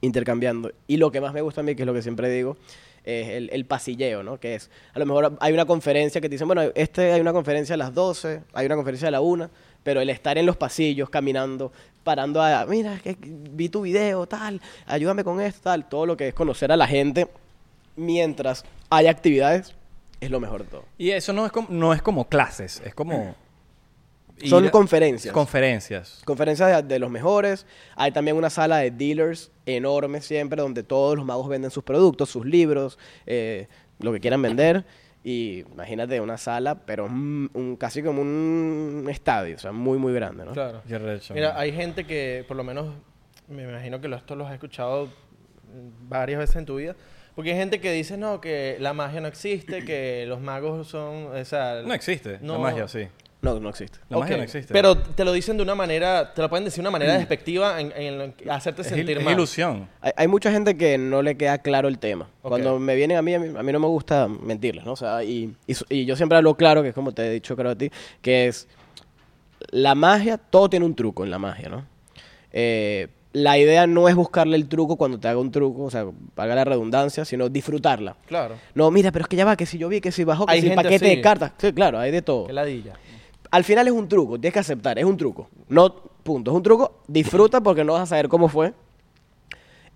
B: intercambiando. Y lo que más me gusta a mí, que es lo que siempre digo, es el, el pasilleo, ¿no? Que es, a lo mejor hay una conferencia que te dicen, bueno, este hay una conferencia a las 12, hay una conferencia a la 1, pero el estar en los pasillos, caminando, parando a, mira, que vi tu video, tal, ayúdame con esto, tal, todo lo que es conocer a la gente mientras hay actividades, es lo mejor de todo.
C: Y eso no es como, no es como clases, es como...
B: Son
C: ir a-
B: conferencias.
C: Conferencias.
B: Conferencias de, de los mejores. Hay también una sala de dealers enorme siempre, donde todos los magos venden sus productos, sus libros, eh, lo que quieran vender. Y imagínate una sala, pero mm, un- casi como un estadio, o sea, muy, muy grande, ¿no?
A: Claro.
C: Qué recho,
A: Mira,
C: man.
A: hay gente que, por lo menos, me imagino que lo- esto lo has escuchado mm, varias veces en tu vida. Porque hay gente que dice, no, que la magia no existe, que los magos son... O sea,
C: No existe
A: no-
C: la magia, sí.
B: No, no existe.
C: La magia
A: Ok,
C: no existe.
A: Pero te lo dicen de una manera, te lo pueden decir de una manera despectiva en, en lo que- hacerte
C: es, il-
A: sentir
C: es
A: mal.
C: ilusión.
B: Hay, hay mucha gente que no le queda claro el tema.
A: Ok.
B: Cuando me vienen a mí, a mí, a mí no me gusta mentirles, ¿no? O sea, y, y so- y yo siempre hablo claro, que es como te he dicho, creo a ti, que es la magia, todo tiene un truco en la magia, ¿no? Eh, la idea no es buscarle el truco cuando te haga un truco, o sea, paga la redundancia, sino disfrutarla.
A: Claro.
B: No, mira, pero es que ya va, que si yo vi, que si bajó, que
A: Hay
B: si
A: gente
B: paquete
A: así.
B: de cartas. Sí, claro, hay de todo.
A: Qué ladilla.
B: Al final es un truco, tienes que aceptar, es un truco. No, punto, es un truco, disfruta porque no vas a saber cómo fue.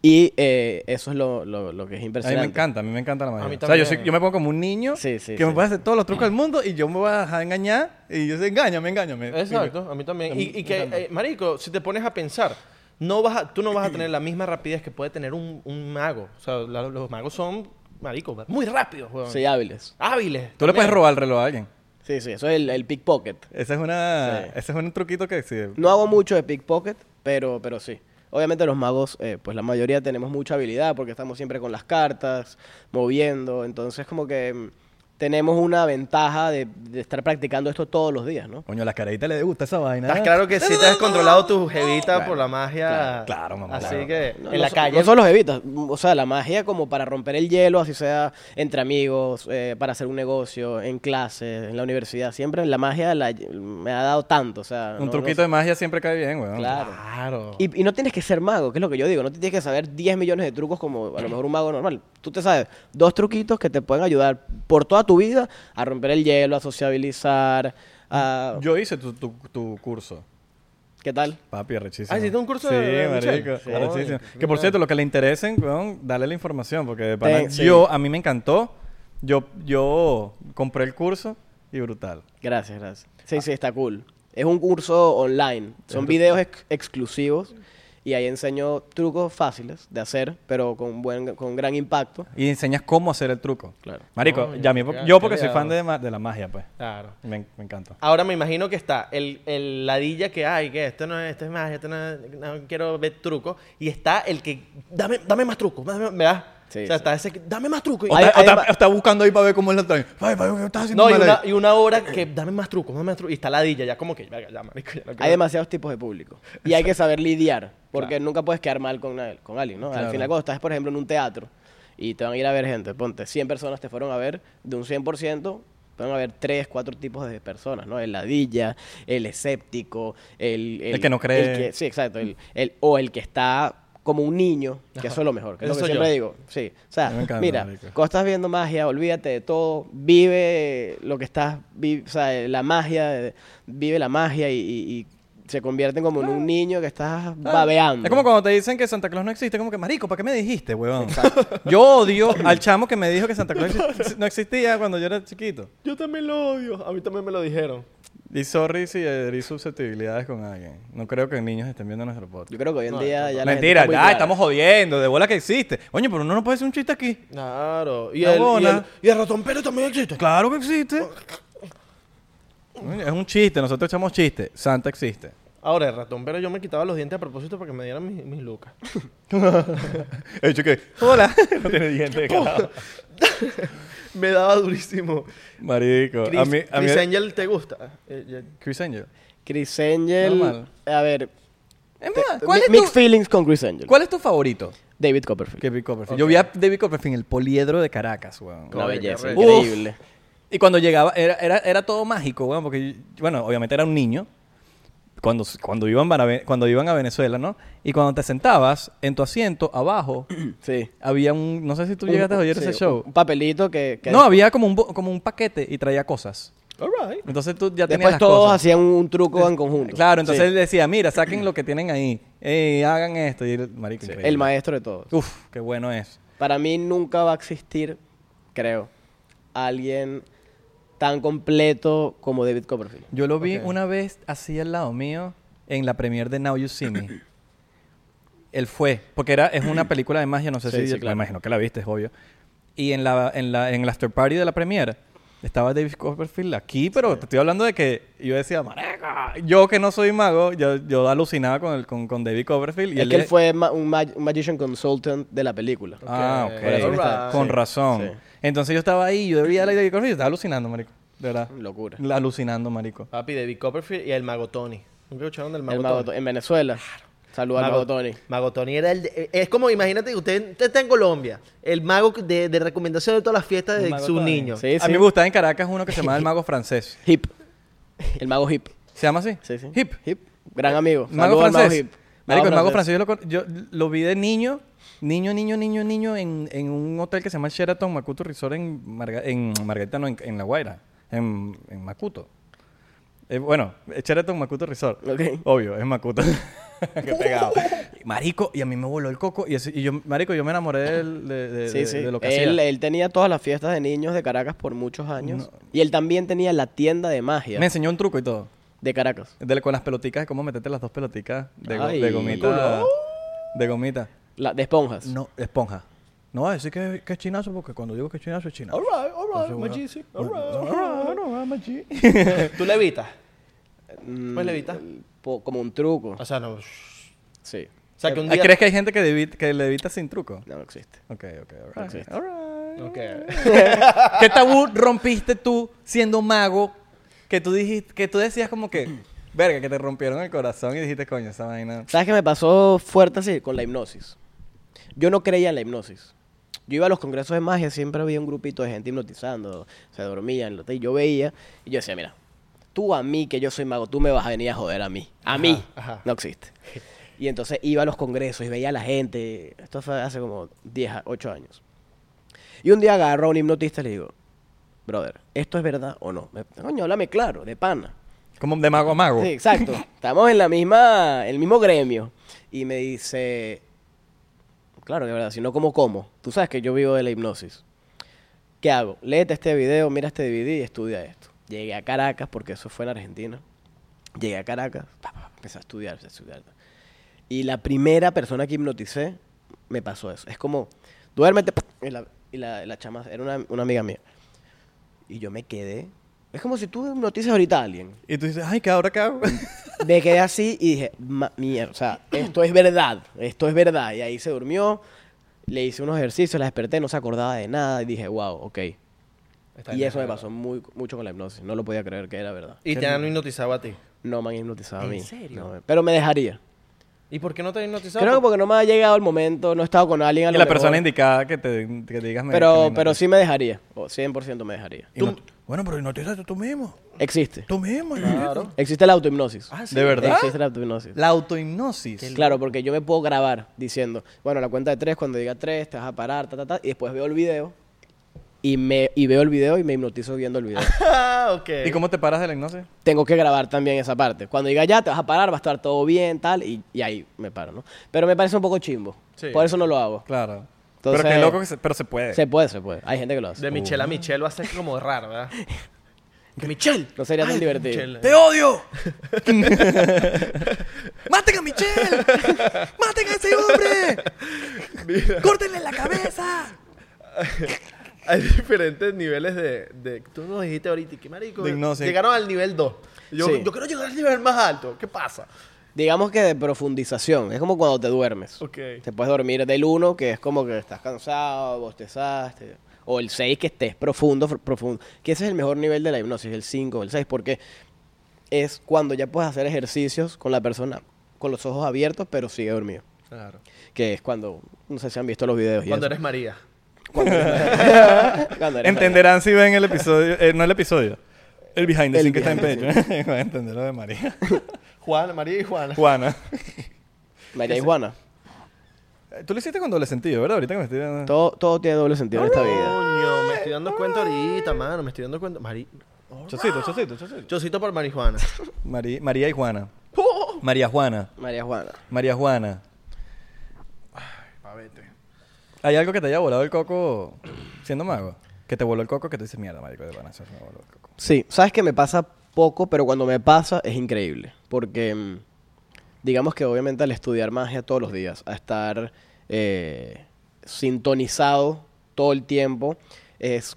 B: Y eh, eso es lo, lo- lo que es
C: A mí
B: impresionante.
C: me encanta, a mí me encanta la magia.
A: mí
C: o sea, yo,
A: también. Mm.
C: soy- yo me pongo como un niño
B: Sí, sí,
C: que me
B: sí.
C: puede hacer todos los trucos del mundo y yo me voy a dejar engañar y yo sé, engáñame, engáñame.
A: Exacto, a mí también. Y, y que,
C: encanta.
A: eh, marico, si te pones a pensar, no vas a- tú no vas a tener la misma rapidez que puede tener un, un mago. O sea, la- los magos son, marico, muy rápidos, weón.
B: Sí, hábiles.
A: Hábiles.
C: Tú le puedes
A: también.
C: robar el reloj a alguien.
B: Sí, sí, eso es el, el pickpocket.
C: Ese es, una,
B: Sí.
C: ese es un truquito que sí.
B: No hago mucho de pickpocket, pero, pero sí. Obviamente los magos, eh, pues la mayoría tenemos mucha habilidad porque estamos siempre con las cartas, moviendo, entonces como que mm, tenemos una ventaja de, de estar practicando esto todos los días, ¿no?
C: Coño, a las caritas le gusta esa vaina.
A: Estás claro que sí te has controlado tu jevita
B: Claro,
A: por la magia.
B: claro,
C: claro, mamá,
A: Así
C: claro.
A: que
B: No,
A: en
B: no
A: la
B: so-
A: calle.
B: No solo evitas, o sea, la magia como para romper el hielo, así sea entre amigos, eh, para hacer un negocio, en clases, en la universidad, siempre la magia la- me ha dado tanto, o sea...
C: Un
B: no-
C: truquito
B: no-
C: de magia siempre cae bien, weón.
B: Claro.
A: Claro.
B: Y, y no tienes que ser mago, que es lo que yo digo. No te tienes que saber 10 millones de trucos como a lo mejor un mago normal. Tú te sabes dos truquitos que te pueden ayudar por toda tu vida a romper el hielo, a sociabilizar, a...
C: Yo hice tu, tu, tu curso.
B: ¿Qué tal?
C: Papi, arrechísimo.
A: Ah, ¿hiciste un curso
C: sí,
A: de- de
C: marico,
A: Michelle?
C: arrechísimo.
A: Joder,
C: Que por cierto, lo que le interesen, weón, dale la información. Porque de pana,
B: Ten- sí.
C: yo, a mí me encantó. Yo, yo compré el curso y brutal.
B: Gracias, gracias. Sí, sí, está cool. Es un curso online. Son videos ex- exclusivos y ahí enseño trucos fáciles de hacer, pero con, buen, con gran impacto.
C: Y enseñas cómo hacer el truco.
B: Claro.
C: Marico,
A: Coño,
C: ya a mí-
A: qué-
C: yo
A: qué
C: porque soy
A: leado.
C: fan de, ma- de la magia, pues.
A: Claro.
C: Me, me encanta.
A: Ahora me imagino que está el, el ladilla que hay, que esto no es, esto es magia, esto no, es- no quiero ver trucos. Y está el que, dame, dame más trucos, dame- ¿verdad?
B: Sí,
A: o sea,
B: sí.
A: está ese, que, dame más trucos.
C: O,
B: Hay-
C: está,
B: hay
C: o está-
B: ma-
C: o está buscando ahí para ver cómo es la traen. Ay, ay, ¿qué estás haciendo
A: no, y
C: mal
A: una,
C: ahí?
A: y una hora que, dame más trucos, dame más trucos. Y está ladilla, ya como que, verga, ya, marico, ya no quiero-
B: Hay demasiados tipos de público y hay que saber lidiar, porque nunca puedes quedar mal con, nadie- con alguien, ¿no?
C: Claro.
B: Al final, cuando estás, por ejemplo, en un teatro y te van a ir a ver gente, ponte, 100 personas te fueron a ver, de un 100%, te van a ver 3, 4 tipos de personas, ¿no? El ladilla, el escéptico, el...
C: El que no cree.
B: el que- sí, exacto. El, el- o el que está como un niño, que eso es lo mejor, que es lo
A: Eso
B: que siempre
A: yo.
B: digo. Sí, o sea,
C: Me encanta,
B: mira,
C: marico.
B: cuando estás viendo magia, olvídate de todo, vive lo que estás, vi- o sea, la magia, eh, vive la magia y, y- y se convierten como en un niño que estás
C: Ah,
B: babeando.
C: Es como cuando te dicen que Santa Claus no existe, como que, marico, ¿para qué me dijiste, huevón? Yo odio al chamo que me dijo que Santa Claus exi- no existía cuando yo era chiquito.
A: Yo también lo odio, a mí también me lo dijeron.
C: Y sorry si herí susceptibilidades con alguien. No creo que niños estén viendo nuestro podcast.
B: Yo creo que hoy en día ya la gente
C: Mentira,
B: está muy
C: ya
B: clara.
C: estamos jodiendo, de bola que existe. Oye, pero uno no puede hacer un chiste aquí.
A: Claro. Y,
C: La
A: el, y,
C: bola.
A: el, y el ratón Pérez también existe.
C: Claro que existe. Coño, Es un chiste, nosotros echamos chiste. Santa existe.
A: Ahora, el ratón Pérez yo me quitaba los dientes a propósito para que me dieran mis, mis lucas.
C: He dicho que, hola. no tiene dientes de carajo.
A: me daba durísimo.
C: Marico,
A: Chris,
C: a mí. A mí
A: Chris Angel, ¿te gusta? Eh, ya-
C: Chris Angel.
B: Chris Angel,
C: Normal.
B: a ver,
C: Es
B: te-
C: más, ¿cuál
B: mi-
C: es
B: mixed
C: tu-
B: feelings con Chris Angel.
C: ¿Cuál es tu favorito?
B: David Copperfield.
C: Que David Copperfield. Yo vi a David Copperfield en el poliedro de Caracas, weón.
B: Una
A: Coño,
B: belleza,
A: qué
C: arrecho.
B: increíble.
C: Y cuando llegaba, era, era, era todo mágico, weón, porque, bueno, obviamente era un niño. Cuando, cuando, iban para Ve- cuando iban a Venezuela, ¿no? Y cuando te sentabas en tu asiento, abajo,
B: Sí.
C: había un... No sé si tú llegaste a oír
B: Sí,
C: ese show.
B: Un papelito que... que
C: No, había como un, bo- como un paquete y traía cosas. Entonces tú ya tenías
B: Después
C: las
B: todos
C: cosas.
B: hacían un truco en conjunto.
C: Claro, entonces
B: Sí.
C: él decía, mira, saquen lo que tienen ahí. Eh, hagan esto. Y el marico increíble.
B: El maestro de todos.
C: Uf, qué bueno es.
B: Para mí nunca va a existir, creo, alguien tan completo como David Copperfield.
C: Yo lo vi una vez así al lado mío en la premiere de Now You See Me. Él fue, porque era, es una película de magia, no sé
B: Sí,
C: si
B: sí,
C: me
B: claro.
C: imagino que la viste, es obvio. Y en la, en la, en el after party de la premiere estaba David Copperfield aquí, pero te estoy hablando de que yo decía, "Marica", yo que no soy mago, yo, yo alucinaba con, el, con, con David Copperfield. Y
B: es que él
C: es-
B: fue ma- un, mag- un magician consultant de la película.
C: Ah,
A: Ok,
C: ok.
B: por eso que está-
C: Con
B: sí,
C: razón.
B: sí.
C: Entonces yo estaba ahí, yo veía a David Copperfield y estaba alucinando, marico. De verdad.
B: Locura.
C: La- Alucinando, marico.
A: Papi, David Copperfield y el Mago Tony. ¿Nunca escucharon del Mago
B: El Mago
A: Tony?
B: To- en Venezuela. Saludos al Mago Tony.
A: Mago Tony era el... de- eh, es como, imagínate, usted, usted está en Colombia. El mago de, de recomendación de todas las fiestas de
C: Mago
A: su
C: Tony.
A: niño.
B: Sí,
C: A mí me gustaba en Caracas uno que se llamaba el mago francés.
B: Hip. El Mago Hip.
C: ¿Se llama así?
B: Sí, sí.
C: Hip. Eh,
B: Gran amigo.
C: Mago
B: Saludos al Mago
C: francés.
B: Hip.
C: Marico, el mago
B: francés.
C: francés yo lo, con- yo lo vi de niño, niño, niño, niño, niño, en, en un hotel que se llama Sheraton Macuto Resort en, Marga- en Margarita, no, en, en La Guaira, en, en Macuto. Eh, bueno, Sheraton Macuto Resort.
B: Ok.
C: Obvio, es Macuto. Qué pegado. Marico, y a mí me voló el coco. Y, ese- y yo, Marico, yo me enamoré del- de, de-
B: Sí,
C: de-
B: sí.
C: de lo que
B: él,
C: hacía.
B: él tenía todas las fiestas de niños de Caracas por muchos años. Y él también tenía la tienda de magia
C: Me enseñó un truco y todo.
B: de Caracas.
C: De- con las peloticas, de cómo meterte las dos peloticas de, go-
B: Ay,
C: de gomita. De gomita.
B: La, de esponjas.
C: No, esponja. No voy a decir que, que es chinazo porque cuando digo que es chinazo es chinazo.
A: Alright, alright,
C: Entonces,
A: Magisi,
C: bueno,
A: alright.
C: bueno, bueno, bueno, machi.
A: ¿Tú levitas?
B: Mm,
A: ¿Puedes levitar? Ah,
B: po- como un truco.
A: O sea, no. O
B: Sí.
A: sea, que un
C: Ah,
A: día...
C: ¿Crees que hay gente que, devi- que le evita sin truco?
B: No, no existe.
C: Ok, ok, alright,
B: No existe.
C: alright.
A: Ok.
C: ¿Qué tabú rompiste tú siendo mago? Que tú dijiste, que tú decías como que, verga, que te rompieron el corazón y dijiste, coño, esa vaina.
B: ¿Sabes qué me pasó fuerte así? Con la hipnosis. Yo no creía en la hipnosis. Yo iba a los congresos de magia, siempre había un grupito de gente hipnotizando, se dormían, lo- y yo veía, y yo decía, mira, tú a mí, que yo soy mago, tú me vas a venir a joder a mí. A mí.
A: ajá.
B: No existe. Y entonces iba a los congresos y veía a la gente. Esto fue hace como 10, a- 8 años. Y un día agarro a un hipnotista y le digo, brother, ¿esto es verdad o no? Me- Coño, háblame claro, de pana.
C: Como de mago a mago.
B: Sí, exacto. Estamos en la misma, el mismo gremio. Y me dice, claro, de verdad, si no, ¿cómo como? Tú sabes que yo vivo de la hipnosis. ¿Qué hago? Léete este video, mira este DVD y estudia esto. Llegué a Caracas, porque eso fue en Argentina. Llegué a Caracas, pa, pa, pa, empecé a estudiar, empecé a estudiar. Y la primera persona que hipnoticé me pasó eso. Es como, duérmete. pa, Y la, y la- la chama era una, una amiga mía. Y yo me quedé. Es como si tú hipnotizas ahorita a alguien.
C: Y tú dices, ay, ¿qué ahora qué hago?
B: Me quedé así y dije, "Ma- mierda, o sea, esto es verdad, esto es verdad. Y ahí se durmió, le hice unos ejercicios, la desperté, no se acordaba de nada y dije, wow, ok.
A: Está
B: y
A: bien,
B: eso me
A: está
B: pasó muy, mucho con la hipnosis, no lo podía creer que era verdad.
A: bien. Y te han hipnotizado a ti.
B: No me han hipnotizado a
A: ¿En
B: mí.
A: serio?
B: No, pero me dejaría.
A: ¿Y por qué no te han hipnotizado?
B: Creo que porque no me ha llegado el momento, no he estado con alguien a
C: Y
B: lo
C: la persona
B: mejor,
C: indicada que te, que te digas. me- que
B: Pero, pero
C: me
A: pues.
C: hipnotiza.
B: sí me dejaría, o 100% me dejaría.
F: Y no- bueno, pero hipnotízate tú mismo.
B: Existe.
F: Tú mismo.
A: Claro.
B: Existe la autohipnosis.
A: Ah, sí.
C: ¿De verdad?
B: Existe la autohipnosis.
C: La autohipnosis.
B: Claro, porque yo me puedo grabar diciendo, bueno, a la cuenta de tres, cuando diga tres, te vas a parar, ta, ta, ta, y después veo el video y, me, y veo el video y me hipnotizo viendo el video.
A: Ah, ok.
C: ¿Y cómo te paras de la hipnosis?
B: Tengo que grabar también esa parte. Cuando diga ya, te vas a parar, va a estar todo bien, tal, y, y ahí me paro, ¿no? Pero me parece un poco chimbo.
A: Sí.
B: Por eso no lo hago.
C: Claro.
B: Entonces-
C: pero qué loco que se, pero se puede.
B: Se puede, se puede. Hay gente que lo hace.
A: De Michelle a Michelle va a ser como raro, ¿verdad? Que Michelle.
B: No sería tan
A: Ay,
B: divertido.
A: Michelle.
F: ¡Te odio! ¡Maten a Michelle! ¡Maten a ese hombre! ¡Córtenle la cabeza!
A: Hay diferentes niveles de, de- Tú nos dijiste ahorita, ¿qué marico?
C: De hipnosis.
A: Llegaron al nivel 2. Yo,
B: Sí.
A: yo quiero llegar al nivel más alto. ¿Qué pasa?
B: Digamos que de profundización. Es como cuando te duermes.
A: Ok.
B: Te puedes dormir del 1, que es como que estás cansado, bostezaste. O el 6, que estés profundo, fr- profundo. Que ese es el mejor nivel de la hipnosis, el 5, el 6, porque es cuando ya puedes hacer ejercicios con la persona con los ojos abiertos, pero sigue dormido.
A: Claro.
B: Que es cuando, no sé si han visto los videos. y
A: Cuando
B: eso.
A: eres María.
B: Cuando eres-
C: Entenderán si ven el episodio, eh, no el episodio, el behind the
B: El
C: scenes que está en
B: behind
C: pecho. Van a entender lo de María.
A: Juan, María y Juana.
C: Juana.
B: María y Juana.
C: Eh, Tú lo hiciste con doble sentido, ¿verdad? Ahorita que me estoy dando.
B: Todo, todo tiene doble sentido en esta vida.
A: Coño, me estoy dando cuenta ahorita, mano. Me estoy dando cuenta. Mari...
C: Chocito, chocito, chocito.
A: Chocito por marihuana.
C: Mari- María y Juana. María Juana.
B: María Juana.
C: María Juana. ¿Hay algo que te haya volado el coco siendo mago? Que te voló el coco que tú dices, mierda, marico, de pana, eso me voló el coco.
B: Sí, sabes que me pasa poco, pero cuando me pasa es increíble. Porque mm, digamos que obviamente al estudiar magia todos los días, a estar eh, sintonizado todo el tiempo, es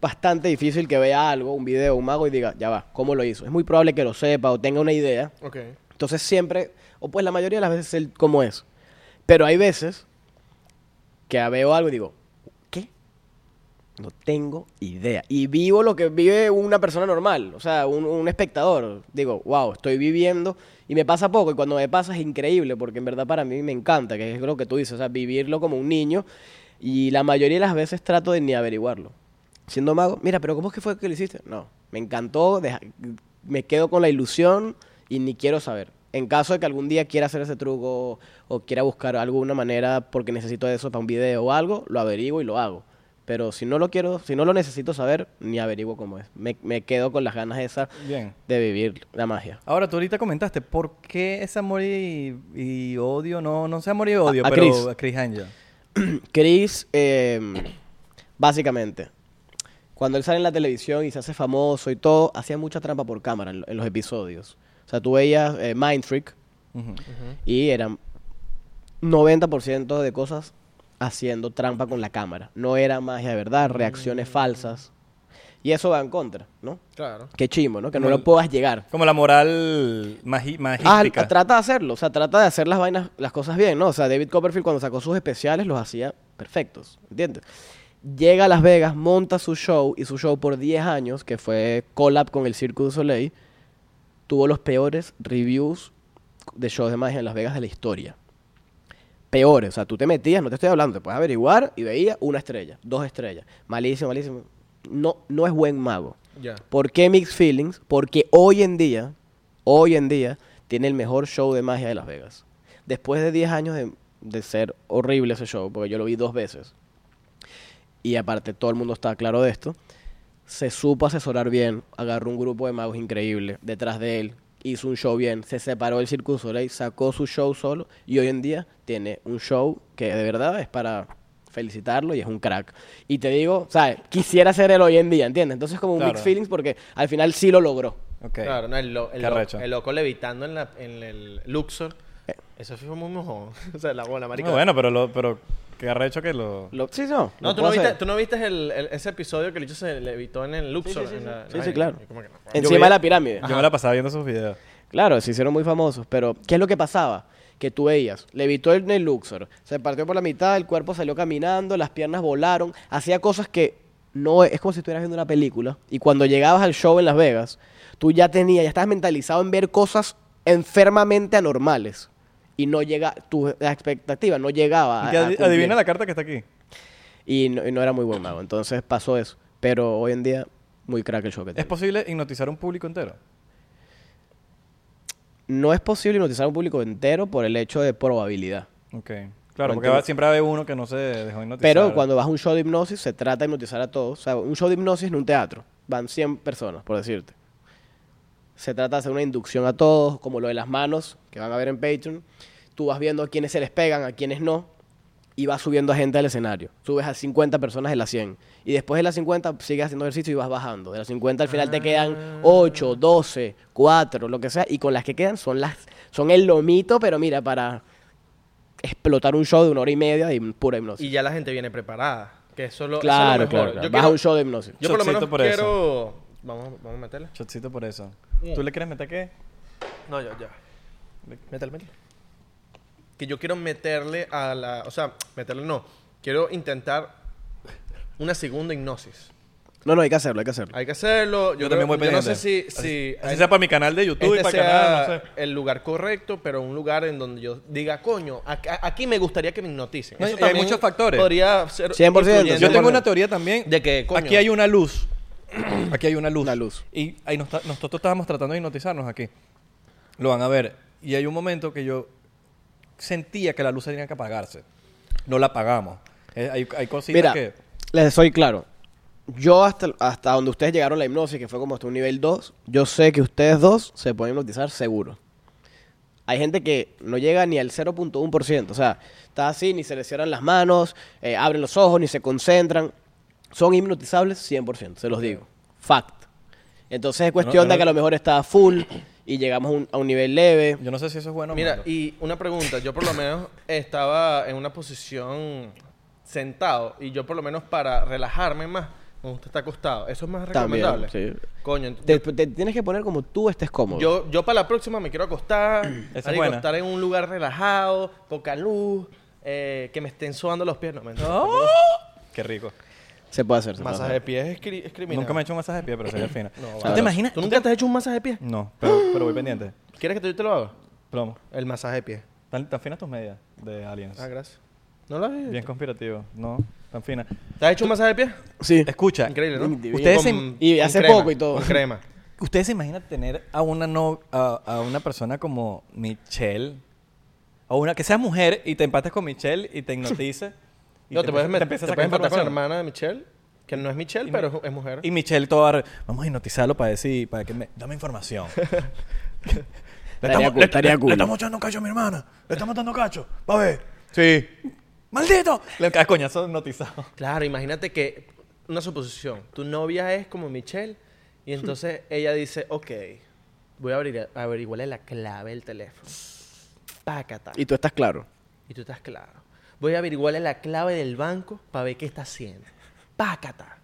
B: bastante difícil que vea algo, un video, un mago y diga, ya va, ¿cómo lo hizo? Es muy probable que lo sepa o tenga una idea.
A: Ok.
B: Entonces siempre, o pues la mayoría de las veces él como es. Pero hay veces que veo algo y digo, ¿qué? No tengo idea. Y vivo lo que vive una persona normal, o sea, un, un espectador. Digo, wow, estoy viviendo y me pasa poco. Y cuando me pasa es increíble, porque en verdad para mí me encanta, que es lo que tú dices, o sea, vivirlo como un niño. Y la mayoría de las veces trato de ni averiguarlo. Siendo mago, mira, pero ¿cómo es que fue que lo hiciste? No, me encantó, deja- me quedo con la ilusión y ni quiero saber. En caso de que algún día quiera hacer ese truco o quiera buscar alguna manera porque necesito eso para un video o algo, lo averiguo y lo hago. Pero si no lo quiero, si no lo necesito saber, ni averiguo cómo es. Me, me quedo con las ganas esas
D: Bien.
B: de vivir la magia.
D: Ahora, tú ahorita comentaste, ¿por qué ese amor y, y odio? No, no sé amor y odio,
B: A- a
D: pero
B: Chris.
D: a Chris Angel.
B: Chris, eh, básicamente, cuando él sale en la televisión y se hace famoso y todo, hacía mucha trampa por cámara en, lo- en los episodios. O sea, tú veías eh, Mind Freak
D: Ujú.
B: y eran 90% de cosas haciendo trampa con la cámara. No era magia de verdad,
D: Mm.
B: reacciones falsas. Y eso va en contra, ¿no?
A: Claro.
B: Qué chimo, ¿no? Que no
D: Como
B: lo
D: el-
B: puedas llegar.
D: Como la moral magi-
B: Ah,
D: magística.
B: trata de hacerlo, o sea, trata de hacer las vainas, las cosas bien, ¿no? O sea, David Copperfield cuando sacó sus especiales los hacía perfectos, ¿entiendes? Llega a Las Vegas, monta su show y su show por 10 años, que fue collab con el Cirque du Soleil, tuvo los peores reviews de shows de magia en Las Vegas de la historia. Peores, o sea, tú te metías, no te estoy hablando, te puedes averiguar y veía una estrella, dos estrellas, malísimo, malísimo. No, no es buen mago.
A: Ya.
B: ¿Por qué Mixed Feelings? Porque hoy en día, hoy en día, tiene el mejor show de magia de Las Vegas. Después de 10 años de, de ser horrible ese show, porque yo lo vi dos veces, y aparte todo el mundo está claro de esto, se supo asesorar bien, agarró un grupo de magos increíble detrás de él, hizo un show bien, se separó del Circus Soleil, sacó su show solo, y hoy en día tiene un show que de verdad es para felicitarlo y es un crack. Y te digo, ¿sabes? Quisiera ser él hoy en día, ¿entiendes? Entonces como un
D: Claro.
B: mixed feelings porque al final sí lo logró.
D: Ok.
A: Claro, no, el, lo-
D: Qué
A: el lo-
D: arrecho.
A: el loco levitando en, la, en el Luxor.
B: Eh.
A: Eso fue muy mojón. o sea, la bola, marica.
D: No, bueno, pero, lo, pero qué arrecho que lo...
B: Lo- sí, no.
A: No,
B: lo
A: tú no,
B: puedo
A: viste,
B: hacer.
A: tú no viste el, el- ese episodio que el bicho se levitó en el Luxor. en la-
B: Sí,
A: ay,
B: sí, claro.
A: ¿cómo que no?
B: Encima de la pirámide.
D: Yo me la pasaba viendo sus videos.
B: Claro, se hicieron muy famosos, pero ¿qué es lo que pasaba? Que tú veías, levitó en el Luxor, se partió por la mitad, el cuerpo salió caminando, las piernas volaron, hacía cosas que no es como si estuvieras viendo una película. Y cuando llegabas al show en Las Vegas, tú ya tenías, ya estabas mentalizado en ver cosas enfermamente anormales. Y no llega, tu la expectativa no llegaba. a-
D: Que
B: a
D: adi-
B: cumplir.
D: adivina la carta que está aquí.
B: Y no, y no era muy buen mago, entonces pasó eso. Pero hoy en día, muy crack el show que
D: ¿Es
B: tiene.
D: posible hipnotizar a un público entero?
B: no es posible hipnotizar a un público entero por el hecho de probabilidad.
D: Ok.
B: No
D: Claro, porque
B: entiendo.
D: va- siempre va a haber uno que no se dejó hipnotizar.
B: Pero cuando vas a un show de hipnosis, se trata de hipnotizar a todos. O sea, un show de hipnosis en un teatro. Van 100 personas, por decirte. Se trata de hacer una inducción a todos, como lo de las manos, que van a ver en Patreon. Tú vas viendo a quienes se les pegan, a quienes no, y vas subiendo a gente al escenario. Subes a 50 personas de las 100. Y después de las 50 sigues haciendo ejercicio y vas bajando. De las 50 al final te quedan 8, 12, 4, lo que sea. Y con las que quedan son las son el lomito, pero mira, para explotar un show de una hora y media de hip- pura hipnosis.
A: Y ya la gente viene preparada. Que eso es lo, eso es lo
B: Claro,
A: mejor.
B: claro, claro.
A: Yo,
B: Vas
A: quiero-
B: a un show de hipnosis.
A: yo por lo
D: Shotcito
A: menos
D: por eso.
A: quiero... Vamos, vamos a meterla.
D: Chocito por eso.
A: Mm.
D: ¿Tú le quieres meter qué?
A: No, yo, ya. Métale, métale. Que yo quiero meterle a la... O sea, meterle no. Quiero intentar una segunda hipnosis.
B: No, no, hay que hacerlo, hay que hacerlo.
A: Hay que hacerlo. Yo,
D: Yo
A: creo-
D: también voy
A: yo no sé si...
D: pendiente.
A: si
D: Así sea para mi canal de YouTube y
A: este
D: para el
A: sea
D: canal, no sé.
A: el lugar correcto, pero un lugar en donde yo diga, coño, acá- aquí me gustaría que me hipnoticen.
D: No, y
A: Eso
D: hay
A: también
D: muchos factores.
A: Podría ser
B: 100%,
A: influyente.
D: Yo tengo
B: Bueno.
D: una teoría también.
A: ¿De qué, coño?
D: Aquí hay una luz. Aquí hay una luz.
B: Una luz.
D: Y ahí nos ta- nosotros estábamos tratando de hipnotizarnos aquí. Lo van a ver. Y hay un momento que yo sentía que la luz tenía que apagarse. No la apagamos. Eh, hay, hay cositas
B: Mira,
D: que...
B: les soy claro. Yo hasta, hasta donde ustedes llegaron a la hipnosis, que fue como hasta un nivel 2, yo sé que ustedes dos se pueden hipnotizar seguro. Hay gente que no llega ni al 0.1%. O sea, está así, ni se les cierran las manos, eh, abren los ojos, ni se concentran. Son hipnotizables 100%, se los digo. Fact. Entonces es cuestión
D: no,
B: de que a lo mejor está full y llegamos a un, a un nivel leve.
D: Yo no sé si eso es bueno o
A: Mira,
D: malo.
A: y una pregunta. Yo por lo menos estaba en una posición sentado y yo por lo menos para relajarme más, me gusta estar acostado. Eso es más
B: También,
A: recomendable.
B: sí.
A: Coño, ent-
B: Te, te tienes que poner como tú estés cómodo.
A: yo, yo para la próxima me quiero acostar,
D: es
A: marico,
D: buena.
A: estar en un lugar relajado, poca luz, eh, que me estén sudando los pies. No, mentira.
D: ¡Oh! Qué rico.
B: se puede hacer. se puede
A: Masaje de pies es, cri- es criminal.
D: Nunca me he hecho un masaje de pie, pero sería fino. ¿Tú
A: Claro.
D: te imaginas?
A: ¿Tú nunca te has hecho un masaje de pie?
D: No, pero, pero voy pendiente.
A: ¿Quieres que te- yo te lo haga?
D: Plomo.
A: El masaje de pie.
D: Tan, tan finas tus medias de Aliens.
A: Ah, gracias. ¿No lo has hecho?
D: Bien conspirativo. No, tan finas.
A: ¿Te has hecho un masaje de pie?
B: hacer. Sí.
D: Escucha.
A: Increíble, ¿no?
B: Divino.
D: Ustedes
A: Con-
D: en-
B: y
A: con
B: hace
A: crema,
B: poco y todo.
A: Con crema.
C: ¿Ustedes se imaginan tener a una, no, a, a una persona como Michelle? O una que sea mujer y te empates con Michelle y te hipnotiza. y
A: No, te, puedes
C: empieza-
A: meter,
C: empieza a
A: te
C: sacar
A: puedes matar con la
C: información.
A: hermana de Michelle, que no es Michelle,
C: Y
A: pero
C: mi-
A: es- es mujer.
C: Y Michelle todo arre- vamos a hipnotizarlo para decir, para que me, dame información. le,
B: Estaría cool, estaría
C: le-
B: cool.
C: le estamos echando cacho a mi hermana. Le estamos dando cacho. Va a ver. Sí. ¡Maldito! Le ah, cae coñazo hipnotizado.
A: Claro, imagínate que, una suposición, tu novia es como Michelle y entonces ella dice, ok, voy a abrir, averiguarle la clave del teléfono. Pácata.
B: Y tú estás claro.
A: Y tú estás claro. Voy a averiguarle la clave del banco para ver qué está haciendo. Pácata.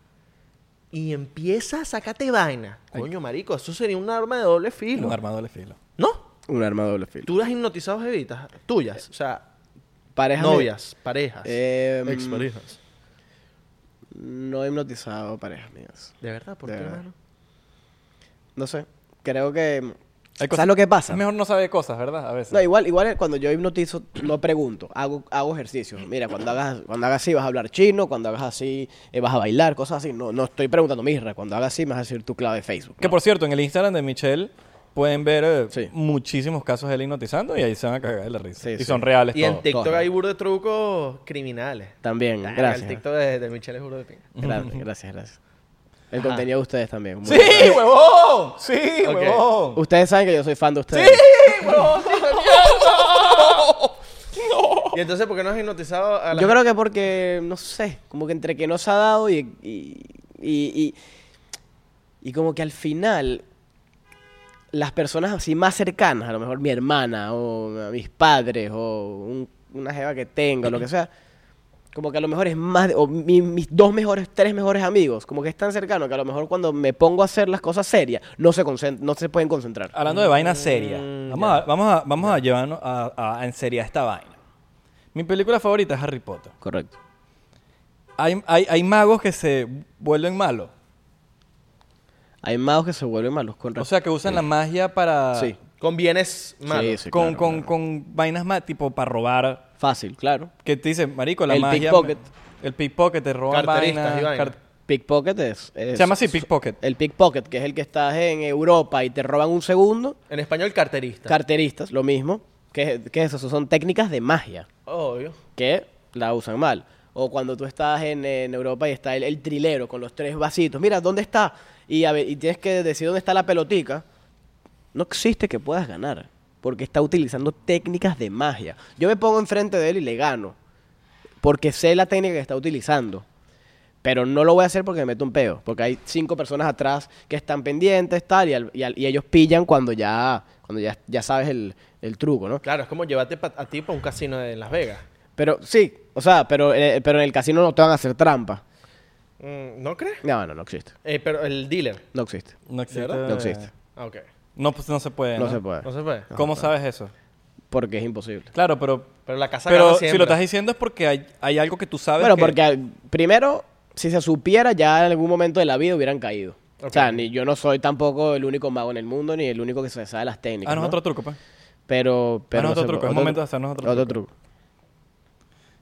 A: Y empieza a sacarte vaina. Coño, marico, eso sería un arma de doble filo.
C: Un armador de filo.
A: ¿No?
B: Un arma de doble filo.
A: Tú las hipnotizabas evitas, tuyas. O sea,
B: Pareja de-
A: novias, parejas,
B: Em,
A: exparejas.
B: No he hipnotizado parejas mías.
A: ¿De verdad? ¿Por
B: de
A: qué,
B: verdad.
A: hermano?
B: No sé. Creo que.
C: Hay cosas-
B: ¿Sabes lo que pasa?
C: Es mejor no saber cosas, ¿verdad? A veces.
B: No, igual, igual cuando yo hipnotizo, no pregunto, hago, hago ejercicios. Mira, cuando hagas, cuando hagas así vas a hablar chino, cuando hagas así eh, vas a bailar, cosas así. No, no estoy preguntando, Misra, cuando hagas así me vas a decir tu clave de Facebook.
C: Que
B: No.
C: por cierto, en el Instagram de Michelle pueden ver eh,
B: Sí.
C: muchísimos casos de él hipnotizando y ahí se van a cagar de la risa.
B: Sí,
C: y
B: sí.
C: son reales
A: Y
C: todos.
A: en TikTok
B: todo.
A: hay burro de trucos criminales.
B: También,
A: Verga, El
B: Mm, gracias.
A: TikTok de, de Michelle es burro de pinga.
B: Gracias, gracias, gracias. El contenido de ustedes también. muy
C: ¡Sí,
B: bueno.
C: huevón! ¡Sí,
A: Ok.
C: huevón!
B: Ustedes saben que yo soy fan de ustedes. Oh,
A: Y entonces, ¿por qué no has hipnotizado a la
B: Yo creo que porque, no sé, como que entre que nos ha dado y, y, y, y- y como que al final las personas así más cercanas, a lo mejor mi hermana o a mis padres o un- una jeva que tengo, lo que sea, como que a lo mejor es más, o mi- mis dos mejores, tres mejores amigos, como que es tan cercano que a lo mejor cuando me pongo a hacer las cosas serias, no se, concent- no se pueden concentrar.
C: Hablando de vaina seria,
A: Mm,
C: vamos, a, vamos, a, vamos a llevarnos a, a- a en seriedad esta vaina. Mi película favorita es Harry Potter.
B: Correcto.
C: Hay, hay, hay magos que se vuelven malos.
B: Hay magos que se vuelven malos, correcto.
C: O sea, que usan la magia para...
B: sí.
A: Con bienes malos.
B: Sí, sí,
C: con,
B: claro,
C: con,
B: claro.
C: con vainas más tipo para robar.
B: Fácil, claro.
C: Que te dicen, marico, la
B: El
C: magia...
B: pickpocket.
C: El pickpocket, te roban
A: Carteristas
C: vainas.
A: y vainas.
C: cart-
B: Pickpocket es,
C: Se
B: es-
C: llama así
B: es-
C: pickpocket.
B: El pickpocket, que es el que estás en Europa y te roban un segundo.
A: En español, carterista.
B: Carteristas, lo mismo. ¿Qué, qué es eso? Son técnicas de magia
A: Oh, Obvio.
B: que la usan mal. O cuando tú estás en, en Europa y está el, el trilero con los tres vasitos. Mira, ¿dónde está? Y, a ver, y tienes que decir dónde está la pelotica. No existe que puedas ganar. Porque está utilizando técnicas de magia. Yo me pongo enfrente de él y le gano. Porque sé la técnica que está utilizando. Pero no lo voy a hacer porque me meto un peo. Porque hay cinco personas atrás que están pendientes, tal. Y, al- y al- y ellos pillan cuando ya, cuando ya, ya sabes el, el truco, ¿no?
A: Claro, es como llevarte pa- a ti para un casino de Las Vegas.
B: Pero sí, o sea, pero, eh, pero en el casino no te van a hacer trampa.
A: Mm, ¿No crees?
B: No, no, no existe.
A: Eh, pero el dealer.
B: No existe.
C: No existe.
A: ¿Verdad?
B: No existe.
A: Ah, ok.
C: No, pues, no se puede.
B: Ah. No
C: ¿no?
B: se puede.
A: No se puede.
C: ¿Cómo sabes eso?
B: Porque es imposible.
C: Claro, pero...
A: Pero la casa
C: Pero
A: gana
C: si
A: siempre.
C: lo estás diciendo es porque hay, hay algo que tú sabes
B: Bueno,
C: que-
B: porque al- primero, si se supiera, ya en algún momento de la vida hubieran caído. O sea,
A: Ok.
B: ni yo no soy tampoco el único mago en el mundo, ni el único que se sabe las técnicas.
C: Ah, no es
B: ¿no?
C: otro truco, pues.
B: Pero, pero
C: no es
B: no
C: otro
B: se
C: truco,
B: puede.
C: es momento de hacernos otro
B: truco.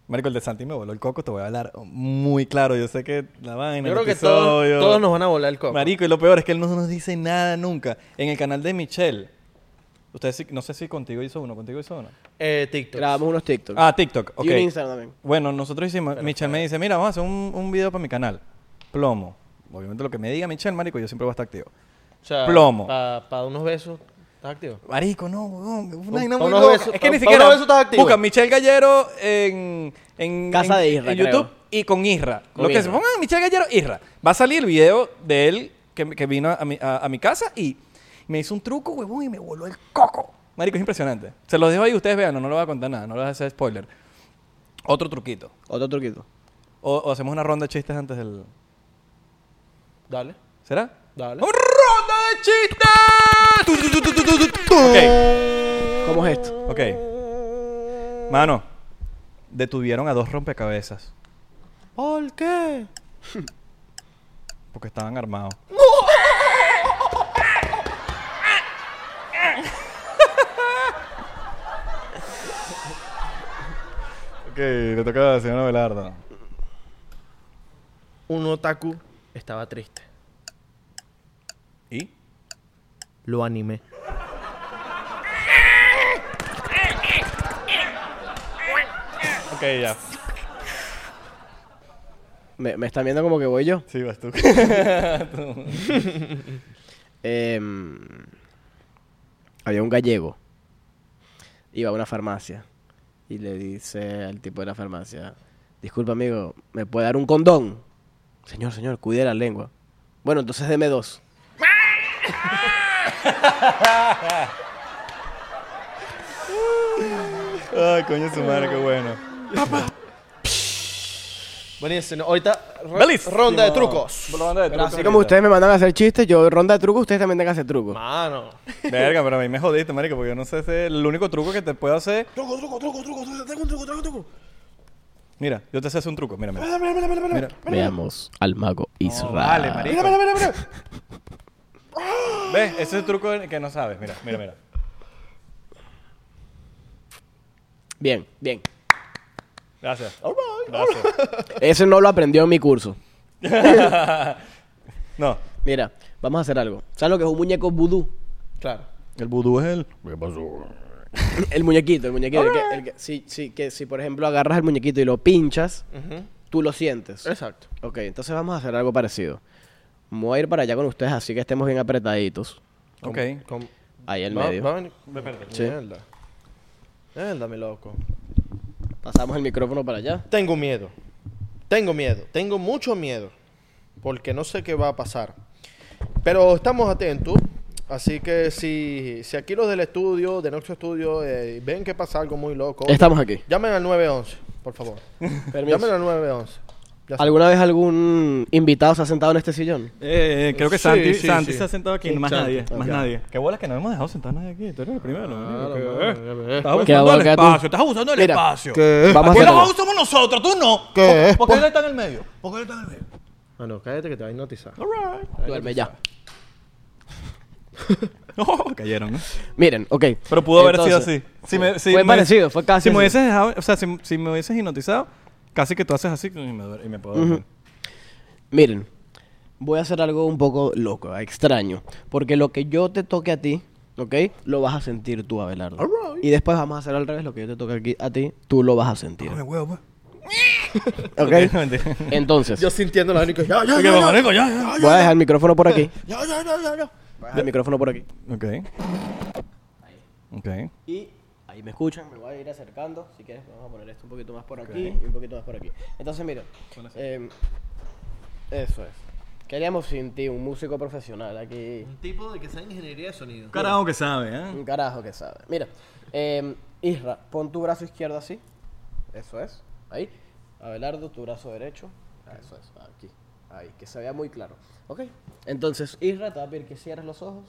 C: Marico, el de Santi me voló el coco, te voy a hablar muy claro. Yo sé que la vaina.
A: Yo
C: el
A: creo que
C: episodio-
A: todos, todos nos van a volar el coco.
C: Marico, y lo peor es que él no nos dice nada nunca. En el canal de Michelle, ustedes sí- no sé si contigo hizo uno, contigo hizo uno.
A: Eh, TikTok.
B: Grabamos unos TikTok.
C: Ah, TikTok, ok.
B: Y un Instagram también.
C: Bueno, nosotros hicimos, Michelle me dice, mira, vamos a hacer un, un video para mi canal. Plomo. Obviamente lo que me diga Michelle, marico, yo siempre voy a estar activo.
A: O sea,
C: Plomo.
A: Para unos besos. ¿Estás activo?
C: Marico, no, weón. Una
A: Pa-
C: vaina
A: pa'
C: muy
A: unos
C: loca.
A: besos-
C: es que
A: pa-
C: ni
A: pa'
C: siquiera.
A: unos besos estás activo.
C: Busca Michelle Gallero en. en
B: Casa
C: en-
B: de Isra,
C: En
B: creo.
C: YouTube y con Isra.
B: Con
C: Lo que se
B: Isra.
C: pongan Michelle Gallero, Isra. Va a salir el video de él que, que vino a mi, a- a mi casa y me hizo un truco, huevón, y me voló el coco. Marico, es impresionante. Se los dejo ahí, ustedes vean, no, no les voy a contar nada, no les voy a hacer spoiler. Otro truquito.
B: Otro truquito.
C: O, o hacemos una ronda de chistes antes del.
A: Dale.
C: ¿Será?
A: Dale.
C: ¡Una ronda de chistes! Tu, tu, tu, tu, tu, tu, tu. Ok.
B: ¿Cómo es esto?
C: Ok. Mano, detuvieron a dos rompecabezas
A: ¿Por qué?
C: porque estaban armados. ok, le toca al señor Abelardo.
A: Un otaku estaba triste.
C: ¿Y?
A: Lo animé.
D: Ok, ya.
B: Me, me están viendo como que voy yo.
D: Sí, vas tú.
B: Em, había un gallego. Iba a una farmacia. Y le dice al tipo de la farmacia: Disculpa, amigo, ¿me puede dar un condón? Señor, señor, cuide la lengua. Bueno, entonces deme dos.
D: Ay, coño, su madre, qué bueno.
A: Buenísimo. Ahorita, ro-
D: Belísimo.
A: ronda de trucos.
D: Ronda de
B: Así como ustedes me mandan a hacer chistes, yo ronda de trucos, ustedes también tengan que hacer trucos.
A: Mano.
D: Verga, pero a mí me jodiste, marico, porque yo no sé si el único truco que te puedo hacer.
E: Truco, truco, truco, truco, truco, truco, truco, truco, truco.
D: Mira, yo te sé hacer un truco, mira, mira.
E: Mira, mira, mira, mira, mira.
B: Veamos al mago Israel.
D: Vale, marico.
E: Mira, mira, mira, mira.
D: ¿Ves? Ese es el truco que no sabes. Mira, mira, mira.
B: Bien, bien.
D: Gracias. Gracias.
B: Ese no lo aprendió en mi curso.
D: No.
B: Mira, vamos a hacer algo. ¿Sabes lo que es un muñeco vudú?
A: Claro.
C: El vudú es el. ¿Qué pasó?
B: El muñequito, el muñequito. el que- el que- si, si- que si, por ejemplo, agarras el muñequito y lo pinchas,
A: Ujú.
B: tú lo sientes.
A: Exacto.
B: Ok, entonces vamos a hacer algo parecido. Voy a ir para allá con ustedes, así que estemos bien apretaditos.
D: Ok.
A: Com-
B: Ahí al
A: va-
B: medio.
A: va a venir-
B: Sí.
A: Mierda. Mierda, mi loco.
B: Pasamos el micrófono para allá.
A: Tengo miedo. Tengo miedo. Tengo mucho miedo. Porque no sé qué va a pasar. Pero estamos atentos. Así que si, si aquí los del estudio, de nuestro estudio, eh, ven que pasa algo muy loco.
B: Estamos aquí.
A: Llamen al 911, por favor.
B: Permiso.
A: Llamen al 911. Ya está.
B: ¿Alguna vez algún invitado se ha sentado en este sillón?
G: Eh, creo que
A: Sí,
G: Santi,
A: sí,
G: Santi
A: sí.
G: se ha sentado aquí,
A: Sí,
G: más
A: Santi,
G: nadie, más
A: ok.
G: nadie.
D: Qué bola que no hemos dejado sentar a nadie aquí. Tú eres el primero. marico, que-
G: Estás usando
B: Que
G: el
B: aboca Pues, tú.
G: espacio, estás usando el
B: Mira,
G: espacio.
B: Vamos
G: Aquí
B: a hacer
G: lo
B: algo.
G: usamos nosotros, tú no.
A: ¿Qué
G: ¿Por-
A: es,
G: ¿Por
A: pues?
G: qué él está en el medio? ¿Por qué él está en el medio?
A: Mano, Ah, cállate que te va a hipnotizar.
B: Duerme ya.
G: No, cayeron, ¿no?
B: Miren, ok.
D: ¿eh? Pero pudo haber
B: Entonces,
D: sido así. Si me- si
B: fue
D: me-
B: parecido, fue casi
D: Si me
B: así.
D: hubieses dejado, o sea, si, si me hubieses hipnotizado, casi que tú haces así y me, duer- y me puedo dormir.
B: Miren, voy a hacer algo un poco loco, extraño. Porque lo que yo te toque a ti, ¿ok? Lo vas a sentir tú, Abelardo. Y después vamos a hacer al revés, lo que yo te toque aquí a ti, tú lo vas a sentir.
D: pues.
B: ¿Ok? Entonces,
A: Yo sintiendo la única. Ya, ya,
D: Ok,
A: ya,
D: vamos,
A: ya.
D: pues, marico, ya, ya.
B: voy a dejar el micrófono por aquí.
E: Ya, ya, ya, ya, ya.
B: Voy a dejar el micrófono por aquí.
D: Ok. Ok.
B: Y ahí me escuchan, me voy a ir acercando. Si quieres, vamos a poner esto un poquito más por aquí y un poquito más por aquí. Entonces, mira, eh, eso es. ¿Qué haríamos sin ti? Un músico profesional aquí.
A: Un tipo de que sea ingeniería de sonido.
G: Carajo que sabe, ¿eh?
B: Un carajo que sabe. Mira, eh, Isra, pon tu brazo izquierdo así. Eso es. Ahí. Abelardo, tu brazo derecho. Eso es. Aquí. Ahí. Que se vea muy claro. Ok. Entonces, Isra, te va a pedir que cierres los ojos.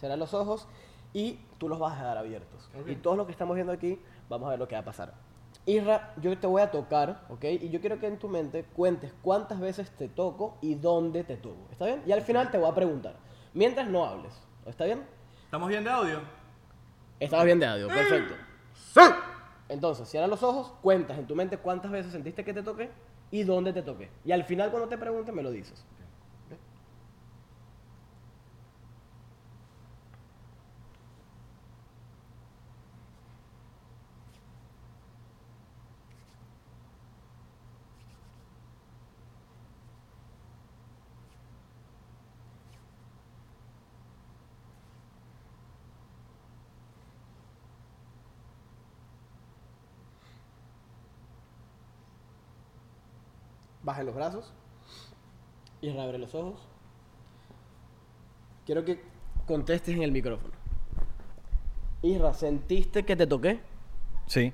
B: Cierras los ojos y tú los vas a dejar abiertos. Y todos los que estamos viendo aquí, vamos a ver lo que va a pasar. Isra, yo te voy a tocar, ¿ok? Y yo quiero que en tu mente cuentes cuántas veces te toco y dónde te toco. ¿Está bien? Y al final te voy a preguntar. Mientras no hables. ¿Está bien?
G: ¿Estamos bien de audio?
B: Estabas bien de audio, perfecto. Entonces, cierra los ojos, cuentas en tu mente cuántas veces sentiste que te toqué y dónde te toqué. Y al final, cuando te pregunte, me lo dices. Bajen los brazos y reabre los ojos. Quiero que contestes en el micrófono. Isra, ¿sentiste que te toqué?
D: Sí.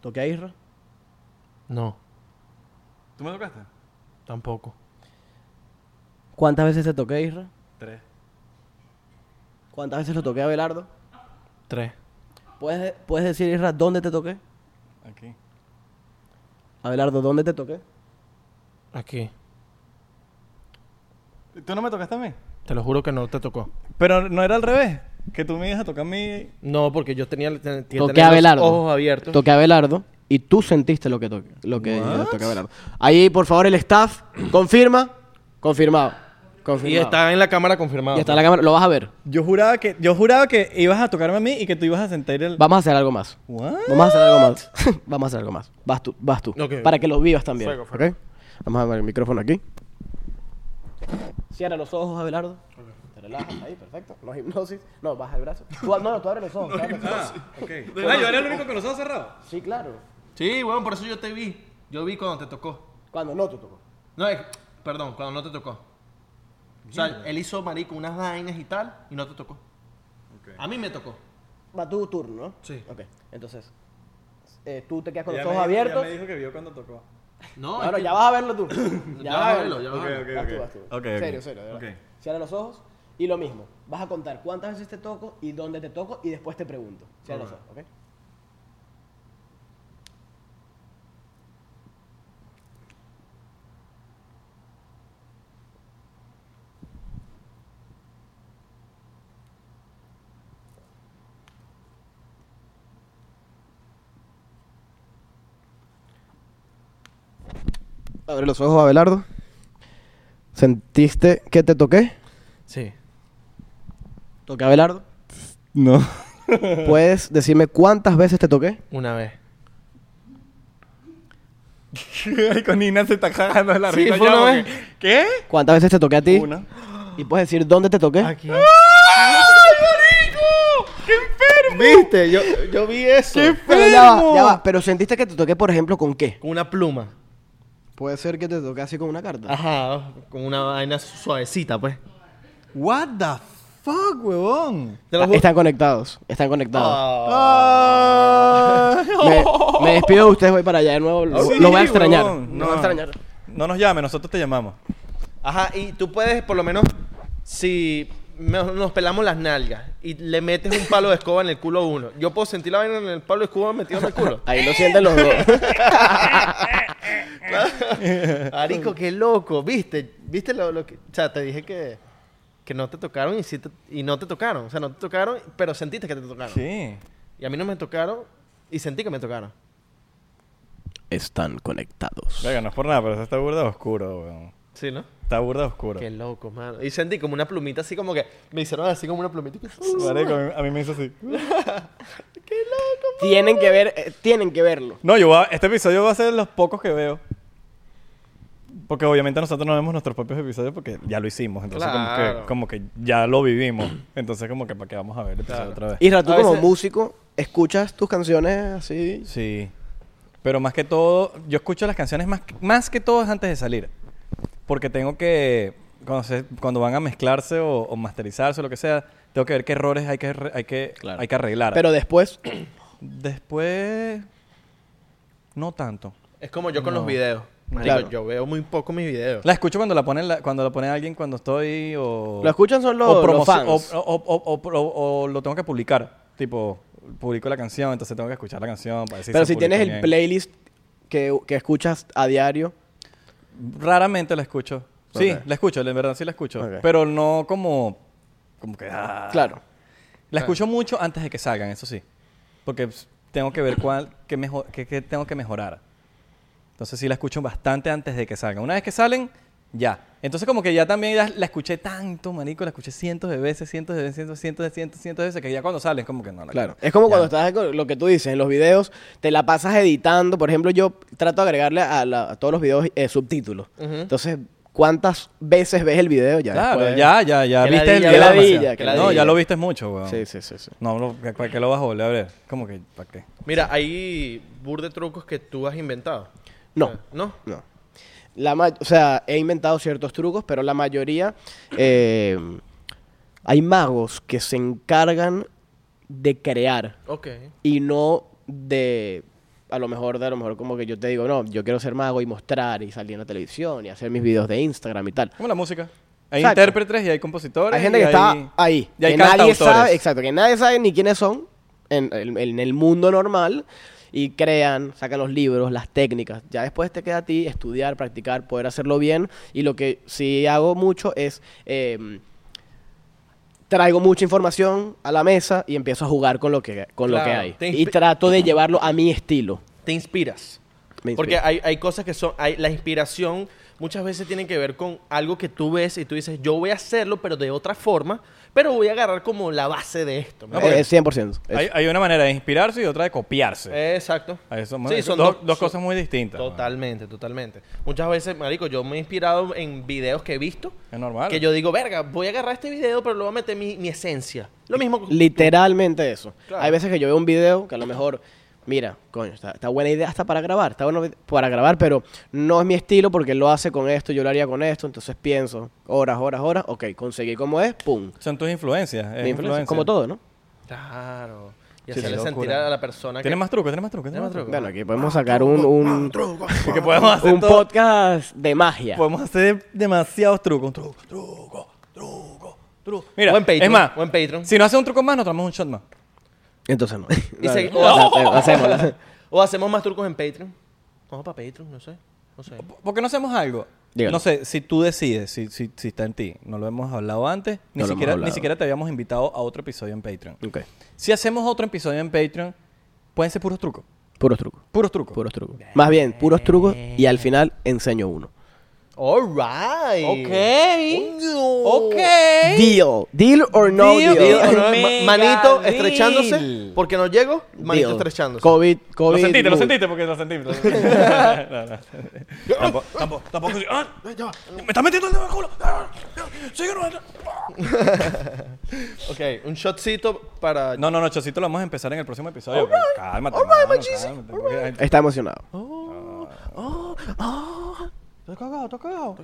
B: ¿Toqué a Isra?
A: No,
G: ¿Tú me tocaste?
A: tampoco.
B: ¿Cuántas veces te toqué a Isra?
G: Tres.
B: ¿Cuántas veces lo toqué a Belardo?
A: Tres.
B: ¿Puedes, ¿Puedes decir, Isra, dónde te toqué?
D: Aquí.
B: Abelardo, ¿dónde te toqué?
A: Aquí.
D: ¿Tú no me tocaste a mí?
A: Te lo juro que no te tocó.
D: Pero no era al revés. Que tú me ibas a tocar a mí.
A: No, porque yo tenía, ten- que
B: Toqué
A: tener
B: a
A: los
B: Abelardo.
A: ojos abiertos.
B: Toqué a Belardo y tú sentiste lo que toqué, lo que toqué a Belardo. Ahí, por favor, el staff confirma. Confirmado.
A: Y
B: Confirmado.
A: está en la cámara confirmado.
B: Y está la cámara. Lo vas a ver.
C: Yo juraba que, yo juraba que ibas a tocarme a mí y que tú ibas a sentir el.
B: Vamos a hacer algo más.
C: What?
B: Vamos a hacer algo más. Vamos a hacer algo más. Vas tú, vas tú.
A: Ok.
B: Para que lo vivas también.
A: Fuego, fuego.
B: ¿ok? Vamos a ver el micrófono aquí. Cierra los ojos, Abelardo. Te relajas ahí, perfecto. No es hipnosis. No, baja el brazo. Tú- no, no, tú abres los ojos. tú abres los ojos.
C: Ah, yo era el único con los ojos cerrados.
B: Sí, claro.
A: Sí, bueno, por eso yo te vi. Yo vi cuando te tocó.
B: Cuando no te tocó.
A: No, es- perdón, cuando no te tocó. O sea, él hizo marico unas vainas y tal y no te tocó. A mí me tocó.
B: Va tu turno, ¿no?
A: Sí.
B: Ok. Entonces, eh, tú te quedas con
H: Ya
B: los
H: me
B: ojos
H: dijo-
B: abiertos.
H: Ya me dijo que vio cuando tocó.
A: No,
B: Bueno,
A: es que-
B: ya vas a verlo tú.
A: ya vas a verlo, ya vas a
H: Ok,
A: verlo.
H: ok,
B: Vas tú,
H: ok.
B: vas tú.
I: Ok, ok.
B: Ah, Serio, serio, de verdad.
H: Ok.
B: Cierra los ojos y lo mismo. Vas a contar cuántas veces te toco y dónde te toco y después te pregunto. Cierra los ojos, ¿ok? Abre los ojos, Abelardo. ¿Sentiste que te toqué?
A: Sí.
B: Toqué a Abelardo.
C: No.
B: ¿Puedes decirme cuántas veces te toqué?
A: Una vez.
C: Ay, con Nina se está cagando de la
A: Sí,
C: risa.
A: fue
C: ya,
A: una
C: porque-
A: vez.
C: ¿Qué?
B: ¿Cuántas veces te toqué a ti?
C: Una.
B: ¿Y puedes decir dónde te toqué?
A: Aquí.
B: ¿Viste? Yo, yo vi eso. Pero ya va, ya va. Pero sentiste que te toqué, por ejemplo, con qué?
A: Con una pluma.
B: Puede ser que te toqué así con una carta.
A: Ajá, con una vaina suavecita, pues.
C: What the fuck, huevón.
A: Te lo
B: Ah,
A: juro.
B: Están conectados, están conectados.
A: Ah.
B: Ah.
C: Ah.
B: Me, me despido de ustedes, voy para allá de nuevo. Lo,
C: Sí,
B: lo voy a extrañar.
C: huevón,
B: Lo voy a
C: no.
B: extrañar.
C: No nos llame, nosotros te llamamos.
A: Ajá, y tú puedes, por lo menos, si me- nos pelamos las nalgas y le metes un palo de escoba en el culo a uno, yo puedo sentir la vaina en el palo de escoba metido en el culo.
B: Ahí lo sienten los dos.
A: Arico, qué loco, ¿viste? ¿Viste lo, lo que...? O sea, te dije que, que no te tocaron y, sí te- y no te tocaron. O sea, no te tocaron, pero sentiste que te tocaron.
C: Sí.
A: Y a mí no me tocaron y sentí que me tocaron.
B: Están conectados.
C: Venga, no es por nada, pero eso está burda de oscuro, weón.
A: ¿Sí, no?
C: Está burda de oscuro.
A: Qué loco, mano. Y sentí como una plumita así como que... Me hicieron así como una plumita. y que-
C: Marico, a mí- a mí me hizo así.
B: Tienen que ver, eh, tienen que verlo.
C: No, yo voy a- este episodio va a ser de los pocos que veo. Porque obviamente nosotros no vemos nuestros propios episodios porque ya lo hicimos. Entonces, como que-
A: Claro.
C: como, que, ya lo vivimos. Entonces, como que para qué vamos a ver el episodio otra vez.
B: Isra, tú
A: A
B: como
A: veces-
B: músico, ¿escuchas tus canciones así?
C: Sí. Pero más que todo, yo escucho las canciones más, más que todo es antes de salir. Porque tengo que, cuando, se- cuando van a mezclarse o, o masterizarse o lo que sea, tengo que ver qué errores hay que, re- hay que, hay que arreglar.
B: Pero después,
C: después, no tanto.
A: Es como yo con los videos. Marico,
B: Claro.
A: Yo veo muy poco mis videos.
C: La escucho cuando la pone la- cuando la pone alguien cuando estoy o
B: Lo escuchan son los- los
C: o promoci-
B: fans.
C: o, o- o- o- o- o lo tengo que publicar, tipo publico la canción, entonces tengo que escuchar la canción para decir
B: pero
C: se
B: si tienes
C: publicó
B: el
C: bien.
B: playlist que, que escuchas a diario,
C: raramente la escucho. Sí,
B: Ok.
C: la escucho, en verdad sí la escucho,
B: Ok.
C: pero no como como que ah.
B: claro.
C: La escucho mucho antes de que salgan, eso sí. Porque pues, tengo que ver cuál qué mejor qué- qué tengo que mejorar. Entonces sí la escucho bastante antes de que salgan. Una vez que salen, ya. Entonces como que ya también ya la escuché tanto, manico, la escuché cientos de veces, cientos de veces, cientos, cientos de cientos, cientos de veces, que ya cuando salen como que no la
B: Claro. Es como cuando estás con lo que tú dices en los videos, te la pasas editando. Por ejemplo, yo trato de agregarle a, la- a todos los videos eh, subtítulos. Entonces, ¿cuántas veces ves el video ya?
C: Claro,
B: después?
C: ya, ya, ya
A: Que
C: viste el
A: ladilla,
C: video
B: que ladilla,
C: demasiado.
B: que
C: No,
B: ladilla.
C: ya lo viste mucho, weón.
B: Sí, sí, sí, sí.
C: No, no, ¿para qué lo vas a volver a ver? Como que, ¿para qué?
A: Mira, hay burde trucos que tú has inventado.
B: No,
A: ¿No?
B: no. La ma- o sea, he inventado ciertos trucos, pero la mayoría... eh, hay magos que se encargan de crear.
A: Ok.
B: y no de a lo mejor de a lo mejor como que yo te digo no yo quiero ser mago y mostrar y salir en la televisión y hacer mis videos de Instagram y tal
C: Como la música. Hay
B: Exacto.
C: intérpretes y hay compositores.
B: hay gente
C: y
B: que está ahí
C: Y hay
B: que nadie
C: cantautores.
B: sabe exacto que nadie sabe ni quiénes son en el, en el mundo normal y crean sacan los libros las técnicas ya después te queda a ti estudiar practicar poder hacerlo bien y lo que sí hago mucho es eh, Traigo mucha información a la mesa y empiezo a jugar con lo que, con lo que
A: Claro,
B: hay.
A: te
B: Y
A: inspi-
B: trato de llevarlo a mi estilo.
A: Te inspiras.
B: Me
A: Porque
B: inspira.
A: hay, hay cosas que son, hay, la inspiración muchas veces tiene que ver con algo que tú ves y tú dices, yo voy a hacerlo, pero de otra forma, pero voy a agarrar como la base de esto. ¿me
C: No, pues,
A: entiendes?
C: porque-
B: Eh, 100%. eso.
C: Hay, hay una manera de inspirarse y otra de copiarse.
A: Eh, Exacto.
C: Ah, eso,
A: Sí,
C: eso-
A: son
C: dos,
A: dos-
C: dos
A: son-
C: cosas muy distintas. ¿no?
A: Totalmente, totalmente. Muchas veces, marico, yo me he inspirado en videos que he visto,
C: Es normal.
A: que yo digo, verga, voy a agarrar este video, pero le voy a meter mi, mi esencia. Lo mismo que...
B: Literalmente eso.
A: Claro.
B: Hay veces que yo veo un video que a lo mejor, mira, coño, está, está buena idea hasta para grabar, está bueno para grabar, pero no es mi estilo porque él lo hace con esto, yo lo haría con esto, entonces pienso horas, horas, horas, ok, conseguí cómo es, pum.
C: Son tus influencias. es
B: Mi influencia,
C: influencia.
B: Como todo, ¿no?
A: Claro. Y
C: Sí,
A: hacerle
C: sí,
A: sentir
C: locura.
A: a la persona
C: Tiene
A: que...
C: más trucos, tiene más trucos.
A: Tiene más trucos.
B: Bueno, aquí podemos sacar un, un,
C: Que podemos hacer
B: un
C: todo- Pues-
B: podcast de magia.
C: Podemos hacer demasiados trucos. Truco, truco, truco, truco. Mira,
A: Buen Patreon,
C: es más,
A: buen Patreon.
C: si no hace un truco más, nos tomamos un shot más.
B: Entonces no.
A: Y se-
B: No, no, no, hacemos, hacemos.
A: O hacemos más trucos en Patreon. Vamos para Patreon, no sé. No sé.
C: ¿Por qué no hacemos algo?
B: Dígalo.
C: No sé, si tú decides, si, si, si está en ti, no lo hemos hablado antes, ni,
B: No lo hemos
C: siquiera, ni
B: hablado.
C: siquiera te habíamos invitado a otro episodio en Patreon.
B: Ok.
C: Si hacemos otro episodio en Patreon, pueden ser puros trucos.
B: Puros trucos.
C: Puros trucos.
B: Puros trucos. Más bien, puros trucos y al final enseño uno.
A: All right.
C: Ok.
B: Deal. Deal or no
C: Deal.
B: deal.
A: Digo, no,
C: Mega
A: ma- manito
C: deal.
A: estrechándose. Porque no llego, manito
B: Deal.
A: estrechándose.
B: COVID, COVID.
C: Lo sentiste, lo
B: mood.
C: sentiste, porque lo sentiste. Lo sentiste. No, no. Tampo- tampo- tampoco. ¡Ah! ¡Me está metiendo el dedo en el culo! ¡Ah! ¡Síguenos!
A: Ok, un shotcito para.
C: No, no, no, Chocito, lo vamos a empezar en el próximo episodio. pero Cálmate.
A: All right,
C: hermano,
A: my Jesus.
C: cálmate, porque la gente-
B: Está emocionado.
C: Te has cagado, te has cagado.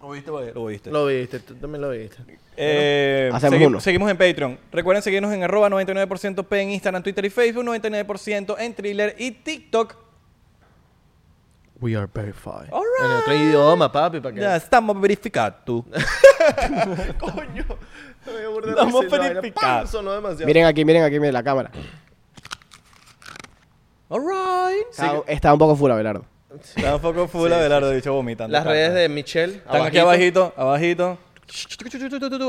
C: Lo viste, güey, lo viste.
A: Lo viste, tú también lo viste.
C: Eh,
B: Hacemos
C: segui-
B: uno.
C: Seguimos en Patreon. Recuerden seguirnos en arroba 99% P en Instagram, Twitter y Facebook, 99% en Thriller y TikTok.
A: We are verified.
C: All right.
A: En otro idioma, papi, para que.
C: Ya estamos verificados.
A: Coño. me voy a burlar
C: Estamos
A: de esa vaina.
C: verificados.
A: ¡Pam! Sonó demasiado.
B: Miren aquí, miren aquí, miren la cámara.
C: All right.
B: Está, está un poco full, Abelardo.
C: Está un poco full Abelardo, dicho vomitando.
A: Las
C: Tanto.
A: redes de Michelle.
C: Están aquí abajito, abajito.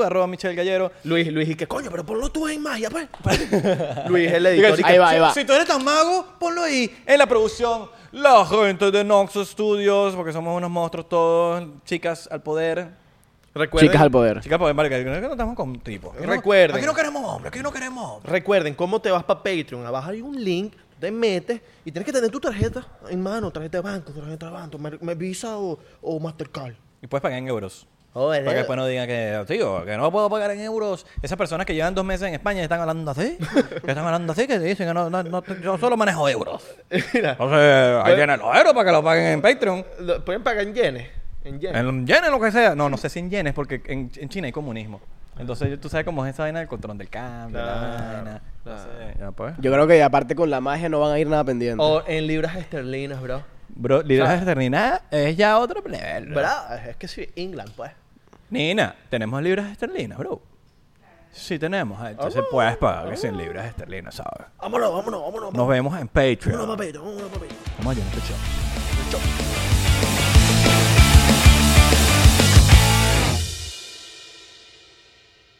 C: Arroba Michelle Gallero.
A: Luis, Luis, y que coño, pero ponlo tú en magia, pues. Luis, el editor. y que-
B: Ahí va, ahí va.
C: Si tú eres tan mago, ponlo ahí. En la producción, la gente de Nox Studios, porque somos unos monstruos todos, chicas al poder.
A: Recuerden,
B: Chicas al poder.
C: Chicas al poder, marica, pues, que no estamos con tipos. Aquí no-
A: Recuerden.
C: Aquí no queremos hombres, aquí no queremos hombres.
A: Recuerden, ¿cómo te vas para Patreon? Abajo hay un link, te metes y tienes que tener tu tarjeta en mano, tarjeta de banco, tarjeta de banco, Mer- me- Visa o, o Mastercard.
C: Y puedes pagar en euros.
A: Joder,
C: Para que después no digan que, tío, que no puedo pagar en euros. Esas personas que llevan dos meses en España y están hablando así. que están hablando así, que dicen que no, no- no- yo solo manejo euros.
A: Mira,
C: Entonces, ahí tienen los euros para que lo paguen en Patreon.
A: lo- pueden pagar en yenes. En yenes.
C: En yenes, lo que sea. No, no sé si en yenes, porque en, en China hay comunismo. Entonces, tú sabes cómo es esa vaina del control del cambio, la
A: Claro,
C: vaina. No sé, ya pues.
B: Yo creo que aparte con la magia no van a ir nada pendiente.
A: O en libras esterlinas, bro.
C: Bro, liderazgo esterlinas es ya otro nivel. bro.
A: Bro, es que sí, England, pues.
C: Nina, tenemos libras esterlinas, bro. Sí tenemos. ah, Entonces puedes pagar sin libras esterlinas, ¿sabes? No
A: Vámonos, vámonos, vámonos.
C: Nos vemos en
A: Vámonos
C: Patreon.
A: papito, vámonos papito.
C: Vamos a llenar este show.
A: Chau.